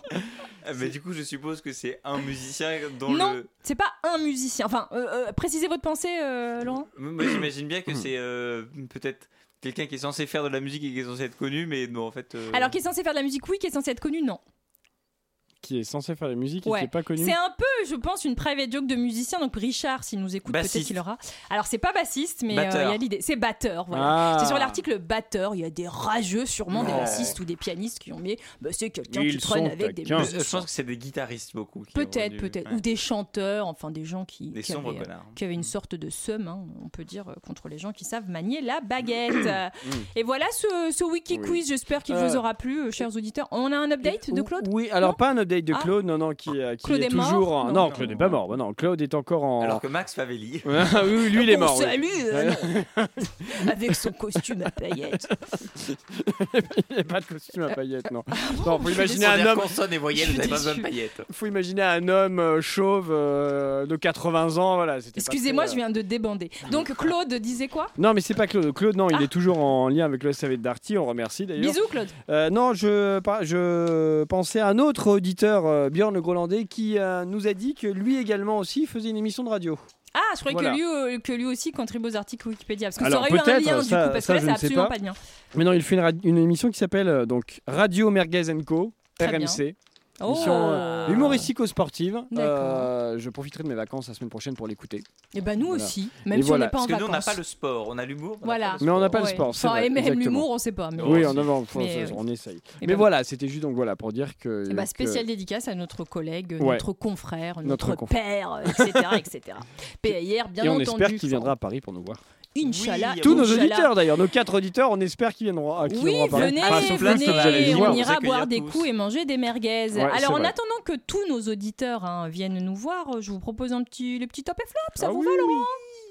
Speaker 11: Ah, Mais du coup, je suppose que c'est un musicien dont
Speaker 10: Non,
Speaker 11: le.
Speaker 10: c'est pas un musicien. Enfin, euh, euh, précisez votre pensée, euh, Laurent.
Speaker 11: Moi, j'imagine bien que c'est euh, peut-être quelqu'un qui est censé faire de la musique et qui est censé être connu, mais non, en fait. euh,
Speaker 10: Alors, qui est censé faire de la musique, oui, qui est censé être connu, non.
Speaker 1: Qui est censé faire la musique et
Speaker 10: Ouais.
Speaker 1: qui est pas connue. Ah.
Speaker 10: C'est un peu je pense, une private joke de musicien. Donc Richard, s'il nous écoute,
Speaker 11: Bassiste.
Speaker 10: peut-être qu'il aura. Alors c'est pas bassiste, mais euh, il
Speaker 11: Batteur.
Speaker 10: y a l'idée. C'est batteur, voilà.
Speaker 11: Ah.
Speaker 10: C'est sur l'article batteur. Il y a des rageux, sûrement des
Speaker 11: Non.
Speaker 10: bassistes ou des pianistes qui ont mis. Bah, c'est quelqu'un qui traîne avec des.
Speaker 11: Je
Speaker 10: musiciens.
Speaker 11: pense que c'est des guitaristes beaucoup. qui
Speaker 10: Peut-être,
Speaker 11: ont dû-
Speaker 10: peut-être.
Speaker 11: Ouais.
Speaker 10: Ou des chanteurs, enfin des gens qui,
Speaker 11: Des
Speaker 10: qui,
Speaker 11: sombres
Speaker 10: avaient, euh,
Speaker 11: connards.
Speaker 10: qui avaient une sorte de somme, on peut dire, euh, contre les gens qui savent manier la baguette. Euh,
Speaker 15: Mm.
Speaker 10: Et voilà ce, ce wiki
Speaker 1: Oui.
Speaker 10: quiz. J'espère qu'il
Speaker 1: Euh,
Speaker 10: vous aura plu, euh, chers auditeurs. On a un update de Claude
Speaker 1: Oui, alors
Speaker 10: Non
Speaker 1: pas un update de
Speaker 10: Ah.
Speaker 1: Claude, non, non, qui, euh, qui
Speaker 10: Claude
Speaker 1: est,
Speaker 10: est mort euh,
Speaker 1: toujours. en-
Speaker 10: Non.
Speaker 1: non, Claude n'est pas mort. bah non, Claude est encore en.
Speaker 11: Alors que Max Favelli.
Speaker 1: Ah oui, lui, il est
Speaker 10: On
Speaker 1: mort. oui.
Speaker 10: salue, euh, avec son costume à paillettes.
Speaker 1: il n'y a pas de costume à paillettes,
Speaker 10: Ah
Speaker 1: non.
Speaker 11: bon,
Speaker 1: Non, faut
Speaker 11: je suis
Speaker 1: imaginer
Speaker 11: désolé,
Speaker 1: un homme.
Speaker 11: consonne et voyelle,
Speaker 1: Je suis
Speaker 11: vous avez pas besoin de
Speaker 1: déçu.
Speaker 11: paillettes.
Speaker 1: Faut imaginer un homme euh, chauve euh, de 80 ans, voilà. c'était pas
Speaker 10: Excusez-moi,
Speaker 1: très,
Speaker 10: je
Speaker 1: euh,
Speaker 10: viens de débander. Donc Claude disait quoi
Speaker 1: Non, mais c'est pas Claude. Claude, non, il est toujours en lien avec le SAV de Darty. On remercie d'ailleurs.
Speaker 10: Ah. Bisous Claude.
Speaker 1: Euh, non, je, par- je pensais à un autre auditeur, euh, Bjorn le Grolandais, qui euh, nous a dit que lui également aussi faisait une émission de radio.
Speaker 10: Ah, je croyais
Speaker 1: Voilà.
Speaker 10: que, lui, euh, que lui aussi contribue aux articles Wikipédia. Parce que ça
Speaker 1: Alors,
Speaker 10: aurait eu un
Speaker 1: peut-être,
Speaker 10: lien, du coup,
Speaker 1: ça-
Speaker 10: parce
Speaker 1: ça,
Speaker 10: que là, ça
Speaker 1: je ne
Speaker 10: n'a
Speaker 1: sais
Speaker 10: absolument
Speaker 1: pas.
Speaker 10: pas de lien.
Speaker 1: Mais non, il fait une, rad- une émission qui s'appelle euh, donc Radio Merguez Co.
Speaker 10: Très bien.
Speaker 1: RMC.
Speaker 10: Oh.
Speaker 1: Émission euh, humoristico-sportive.
Speaker 10: D'accord.
Speaker 1: Euh, je profiterai de mes vacances la semaine prochaine pour l'écouter.
Speaker 10: Et ben nous
Speaker 1: Voilà.
Speaker 10: aussi, même
Speaker 1: Et
Speaker 10: si
Speaker 1: voilà.
Speaker 10: on n'est pas en
Speaker 11: Parce que
Speaker 10: vacances.
Speaker 11: nous, on n'a pas le sport, on a l'humour. on a
Speaker 10: Voilà.
Speaker 11: pas le
Speaker 1: Mais on n'a
Speaker 11: sport.
Speaker 1: pas le sport, c'est
Speaker 10: Ah, Enfin,
Speaker 1: vrai,
Speaker 10: et même
Speaker 1: exactement.
Speaker 10: l'humour, on sait pas. Mais Eh ben,
Speaker 1: oui, en avant, faut-
Speaker 10: Mais,
Speaker 1: faut-
Speaker 10: oui.
Speaker 1: on essaye.
Speaker 10: Et
Speaker 1: Mais,
Speaker 10: ben-
Speaker 1: voilà, c'était juste donc voilà pour dire que.
Speaker 10: Eh ben,
Speaker 1: que-
Speaker 10: spéciale dédicace à notre collègue, euh,
Speaker 1: Ouais.
Speaker 10: notre confrère, notre,
Speaker 1: Notre confrère.
Speaker 10: père, euh, etc. etc. PIR, bien
Speaker 1: Et on
Speaker 10: entendu. oh,
Speaker 1: espère qu'il viendra à Paris pour nous voir.
Speaker 10: Inch'Allah.
Speaker 1: Tous nos
Speaker 10: Inch'Allah.
Speaker 1: auditeurs d'ailleurs, nos quatre auditeurs, on espère qu'ils viendront. à- qu'ils
Speaker 10: Oui,
Speaker 1: viendront à Paris.
Speaker 10: venez,
Speaker 1: Enfin, sauf là,
Speaker 10: venez,
Speaker 1: sauf que j'allais les
Speaker 10: on
Speaker 1: voir.
Speaker 10: ira boire des coups et manger des merguez.
Speaker 1: Ouais, c'est
Speaker 10: Alors, en
Speaker 1: vrai.
Speaker 10: attendant que tous nos auditeurs hein, viennent nous voir, euh, je vous propose un petit, le petit top et flop. Ça
Speaker 1: Ah
Speaker 10: vous
Speaker 1: oui,
Speaker 10: va, Laurent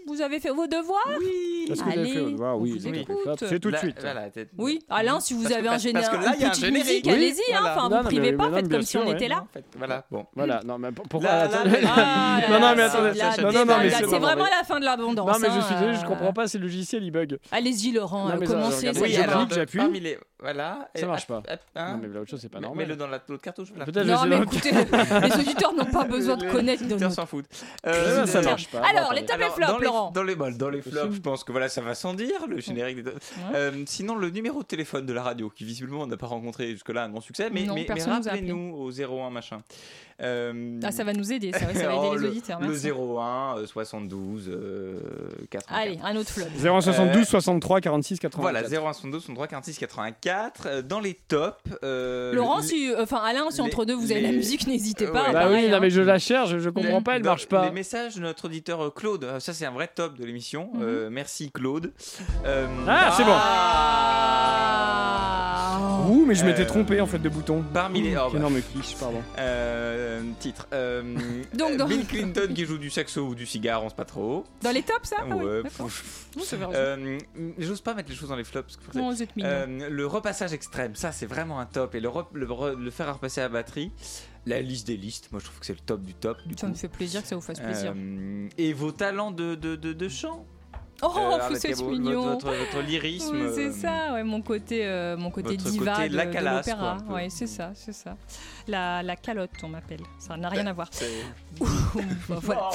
Speaker 10: Vous avez fait vos devoirs Oui.
Speaker 1: Est-ce que vous avez fait vos devoirs Oui, vous avez fait ça. C'est tout de
Speaker 11: Là-
Speaker 1: suite.
Speaker 11: là, la tête-
Speaker 10: Oui, Alain, si vous
Speaker 11: Parce que-
Speaker 10: avez un
Speaker 11: parce que
Speaker 10: générique,
Speaker 11: là, il y a un
Speaker 10: petite
Speaker 11: générique.
Speaker 10: musique,
Speaker 11: Oui,
Speaker 10: allez-y, hein,
Speaker 11: voilà.
Speaker 10: enfin,
Speaker 11: Non,
Speaker 10: vous
Speaker 11: non,
Speaker 10: privez
Speaker 11: mais
Speaker 10: pas,
Speaker 11: madame,
Speaker 10: faites
Speaker 11: bien
Speaker 10: comme si
Speaker 11: sûr,
Speaker 10: on
Speaker 11: ouais.
Speaker 10: était là.
Speaker 11: Voilà, bon.
Speaker 1: Voilà, non, mais pourquoi
Speaker 11: Là, là,
Speaker 1: attendez.
Speaker 11: là,
Speaker 10: Ah,
Speaker 11: là,
Speaker 1: Non, non, mais
Speaker 11: là,
Speaker 1: attendez.
Speaker 11: là,
Speaker 1: Non, non, non, mais
Speaker 10: C'est
Speaker 1: bon,
Speaker 10: vraiment
Speaker 1: mais-
Speaker 10: la fin de l'abondance.
Speaker 1: Non, mais je suis
Speaker 10: hein.
Speaker 1: désolé, je comprends pas, c'est le logiciel, il bug.
Speaker 10: Allez-y, Laurent,
Speaker 1: Non, mais
Speaker 10: euh,
Speaker 1: ça,
Speaker 10: commencez.
Speaker 1: regardez,
Speaker 10: ça
Speaker 1: je
Speaker 10: va.
Speaker 1: clique, j'appuie.
Speaker 11: Parmi les- Voilà.
Speaker 1: Ça
Speaker 11: Et
Speaker 1: marche
Speaker 11: hop,
Speaker 1: pas.
Speaker 11: hop, hein.
Speaker 1: Non, mais l'autre chose, c'est pas
Speaker 11: Mais-
Speaker 1: normal.
Speaker 11: Mets-le dans la- l'autre cartouche. voilà.
Speaker 1: Peut-être
Speaker 10: Non, mais écoutez, les auditeurs n'ont pas besoin de connaître nos
Speaker 11: Les auditeurs
Speaker 10: notes.
Speaker 11: s'en foutent.
Speaker 10: Euh, ça marche pas. Alors,
Speaker 11: Attendez.
Speaker 10: les top et
Speaker 11: Alors,
Speaker 10: flops,
Speaker 11: dans les-
Speaker 10: Laurent.
Speaker 11: Dans les, bah, dans les flops, je pense que voilà, ça va sans dire, le générique des top. Euh, sinon, le numéro de téléphone de la radio, qui visiblement on n'a pas rencontré jusque-là un grand succès, mais,
Speaker 10: Non,
Speaker 11: mais, mais
Speaker 10: personne nous a appelé.
Speaker 11: rappelez-nous au 01 machin. Euh,
Speaker 10: Ah, ça va nous aider, ça, ouais, ça va aider
Speaker 11: oh,
Speaker 10: les
Speaker 11: le-
Speaker 10: auditeurs.
Speaker 11: Le
Speaker 10: merci.
Speaker 11: 01 euh, 72 euh, 84.
Speaker 10: Allez, un autre flop.
Speaker 1: Euh, 072 63 46 80.
Speaker 11: Euh, Voilà, 01 72 63 46 84. euh, Dans les tops. euh,
Speaker 10: Laurent,
Speaker 11: le-
Speaker 10: si, euh, enfin Alain, si
Speaker 11: les-
Speaker 10: entre deux vous avez la
Speaker 11: les-
Speaker 10: musique, n'hésitez
Speaker 11: Euh,
Speaker 10: pas.
Speaker 11: ouais.
Speaker 10: pareil,
Speaker 1: Bah oui,
Speaker 10: hein.
Speaker 1: non, mais je la cherche, je
Speaker 11: Le-
Speaker 1: comprends pas, elle
Speaker 11: dans
Speaker 1: marche pas.
Speaker 11: Les messages de notre auditeur euh, Claude, euh, ça c'est un vrai top de l'émission.
Speaker 10: Mhm.
Speaker 11: Euh, merci Claude. Euh,
Speaker 1: Ah, c'est bon.
Speaker 11: ah.
Speaker 1: Ouh, mais je m'étais
Speaker 11: Euh,
Speaker 1: trompé en fait de bouton.
Speaker 11: Parmi les. oh, bah,
Speaker 1: Énorme quiche, pardon.
Speaker 11: euh, titre. Euh,
Speaker 10: Donc, dans-
Speaker 11: Bill Clinton qui joue du saxo ou du cigare, on sait pas trop.
Speaker 10: Dans les tops, ça Ah oui,
Speaker 11: Ouais,
Speaker 10: d'accord.
Speaker 11: pff.
Speaker 10: Vous, ça va, raison.
Speaker 11: Euh, J'ose pas mettre les choses dans les flops. parce que-
Speaker 10: Non, vous êtes mignon.
Speaker 11: Euh, le repassage extrême, ça c'est vraiment un top. Et le, rep- le, re- le faire repasser à la batterie, la liste des listes, moi je trouve que c'est le top du top. Du
Speaker 10: Ça
Speaker 11: coup.
Speaker 10: me fait plaisir que ça vous fasse plaisir.
Speaker 11: Euh, et vos talents de, de, de, de chant.
Speaker 10: Oh,
Speaker 11: Euh,
Speaker 10: vous
Speaker 11: avec
Speaker 10: êtes
Speaker 11: vos-
Speaker 10: mignon.
Speaker 11: Votre, votre, votre lyrisme.
Speaker 10: Oui, c'est
Speaker 11: euh,
Speaker 10: ça, ouais, mon côté, euh, mon côté
Speaker 11: votre
Speaker 10: diva
Speaker 11: côté
Speaker 10: de,
Speaker 11: la
Speaker 10: de
Speaker 11: calasse,
Speaker 10: l'opéra.
Speaker 11: quoi, un peu.
Speaker 10: Ouais, c'est ça, c'est ça. La, la calotte, on m'appelle. Ça n'a rien à voir.
Speaker 11: c'est-
Speaker 10: Bon, voilà.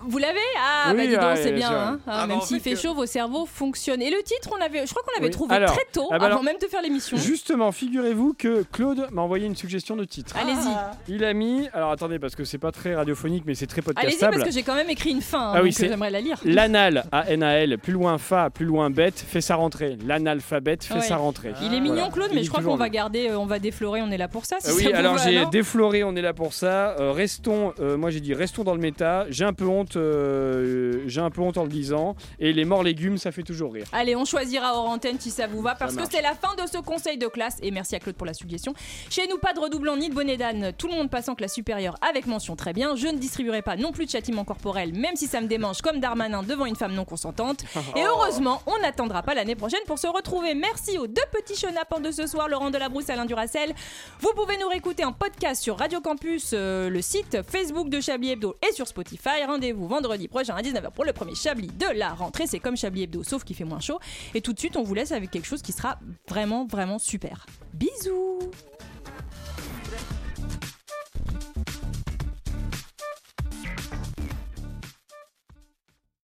Speaker 10: Vous l'avez Ah, bah
Speaker 1: Oui,
Speaker 10: dis donc,
Speaker 1: ouais,
Speaker 10: c'est
Speaker 1: bien
Speaker 10: bien.
Speaker 1: sûr.
Speaker 10: hein. Ah,
Speaker 1: Ah,
Speaker 10: même
Speaker 1: bah, en
Speaker 10: s'il
Speaker 1: fait,
Speaker 10: fait
Speaker 1: euh,
Speaker 10: chaud, vos cerveaux fonctionnent. Et le titre, on avait, je crois qu'on l'avait
Speaker 1: Oui.
Speaker 10: trouvé
Speaker 1: Alors,
Speaker 10: très tôt,
Speaker 1: ah
Speaker 10: avant
Speaker 1: bah alors-
Speaker 10: même de faire l'émission.
Speaker 1: Justement, figurez-vous que Claude m'a envoyé une suggestion de titre.
Speaker 10: Ah, Allez-y.
Speaker 11: Ah.
Speaker 1: Il a mis, alors attendez parce que c'est pas très radiophonique mais c'est très
Speaker 10: Allez-y,
Speaker 1: podcastable.
Speaker 10: parce que j'ai quand même écrit une fin. hein,
Speaker 1: Ah oui,
Speaker 10: donc
Speaker 1: c'est-
Speaker 10: j'aimerais la lire.
Speaker 1: L'anal à NAL, plus loin fa, plus loin bête, fait sa rentrée. L'analphabète fait
Speaker 10: Ouais.
Speaker 1: sa rentrée.
Speaker 10: Il est mignon,
Speaker 1: Voilà.
Speaker 10: Claude,
Speaker 1: Il
Speaker 10: mais
Speaker 1: est
Speaker 10: je crois
Speaker 1: toujours
Speaker 10: qu'on va
Speaker 1: mignon.
Speaker 10: garder, euh, on va déflorer, on est là pour ça. si
Speaker 1: Ah
Speaker 10: ça
Speaker 1: oui,
Speaker 10: vous
Speaker 1: alors
Speaker 10: va,
Speaker 1: j'ai
Speaker 10: non
Speaker 1: défloré, on est là pour ça. Euh, restons, euh, moi j'ai dit restons dans le méta. J'ai un peu honte, euh, j'ai un peu honte en le disant. Et les morts légumes, ça fait toujours rire.
Speaker 10: Allez, on choisira hors antenne si ça vous va, parce que
Speaker 1: marche.
Speaker 10: c'est la fin de ce conseil de classe. Et merci à Claude pour la suggestion. Chez nous, pas de redoublant ni de bonnet d'âne. Tout le monde passant que la supérieure avec mention très bien. Je ne distribuerai pas non plus de châtiment corporel, même si ça me démange comme Darmanin devant une femme non consentante. Et heureusement, on n'attendra pas l'année prochaine pour se retrouver. Merci aux deux petits chenapans de ce soir, Laurent Delabrousse, Alain Duracel. Vous pouvez nous réécouter en podcast sur Radio Campus, euh, le site Facebook de Chablis Hebdo et sur Spotify. Rendez-vous vendredi prochain à 19h pour le premier Chablis de la rentrée. C'est comme Chablis Hebdo, sauf qu'il fait moins chaud. Et tout de suite, on vous laisse avec quelque chose qui sera vraiment, vraiment super. Bisous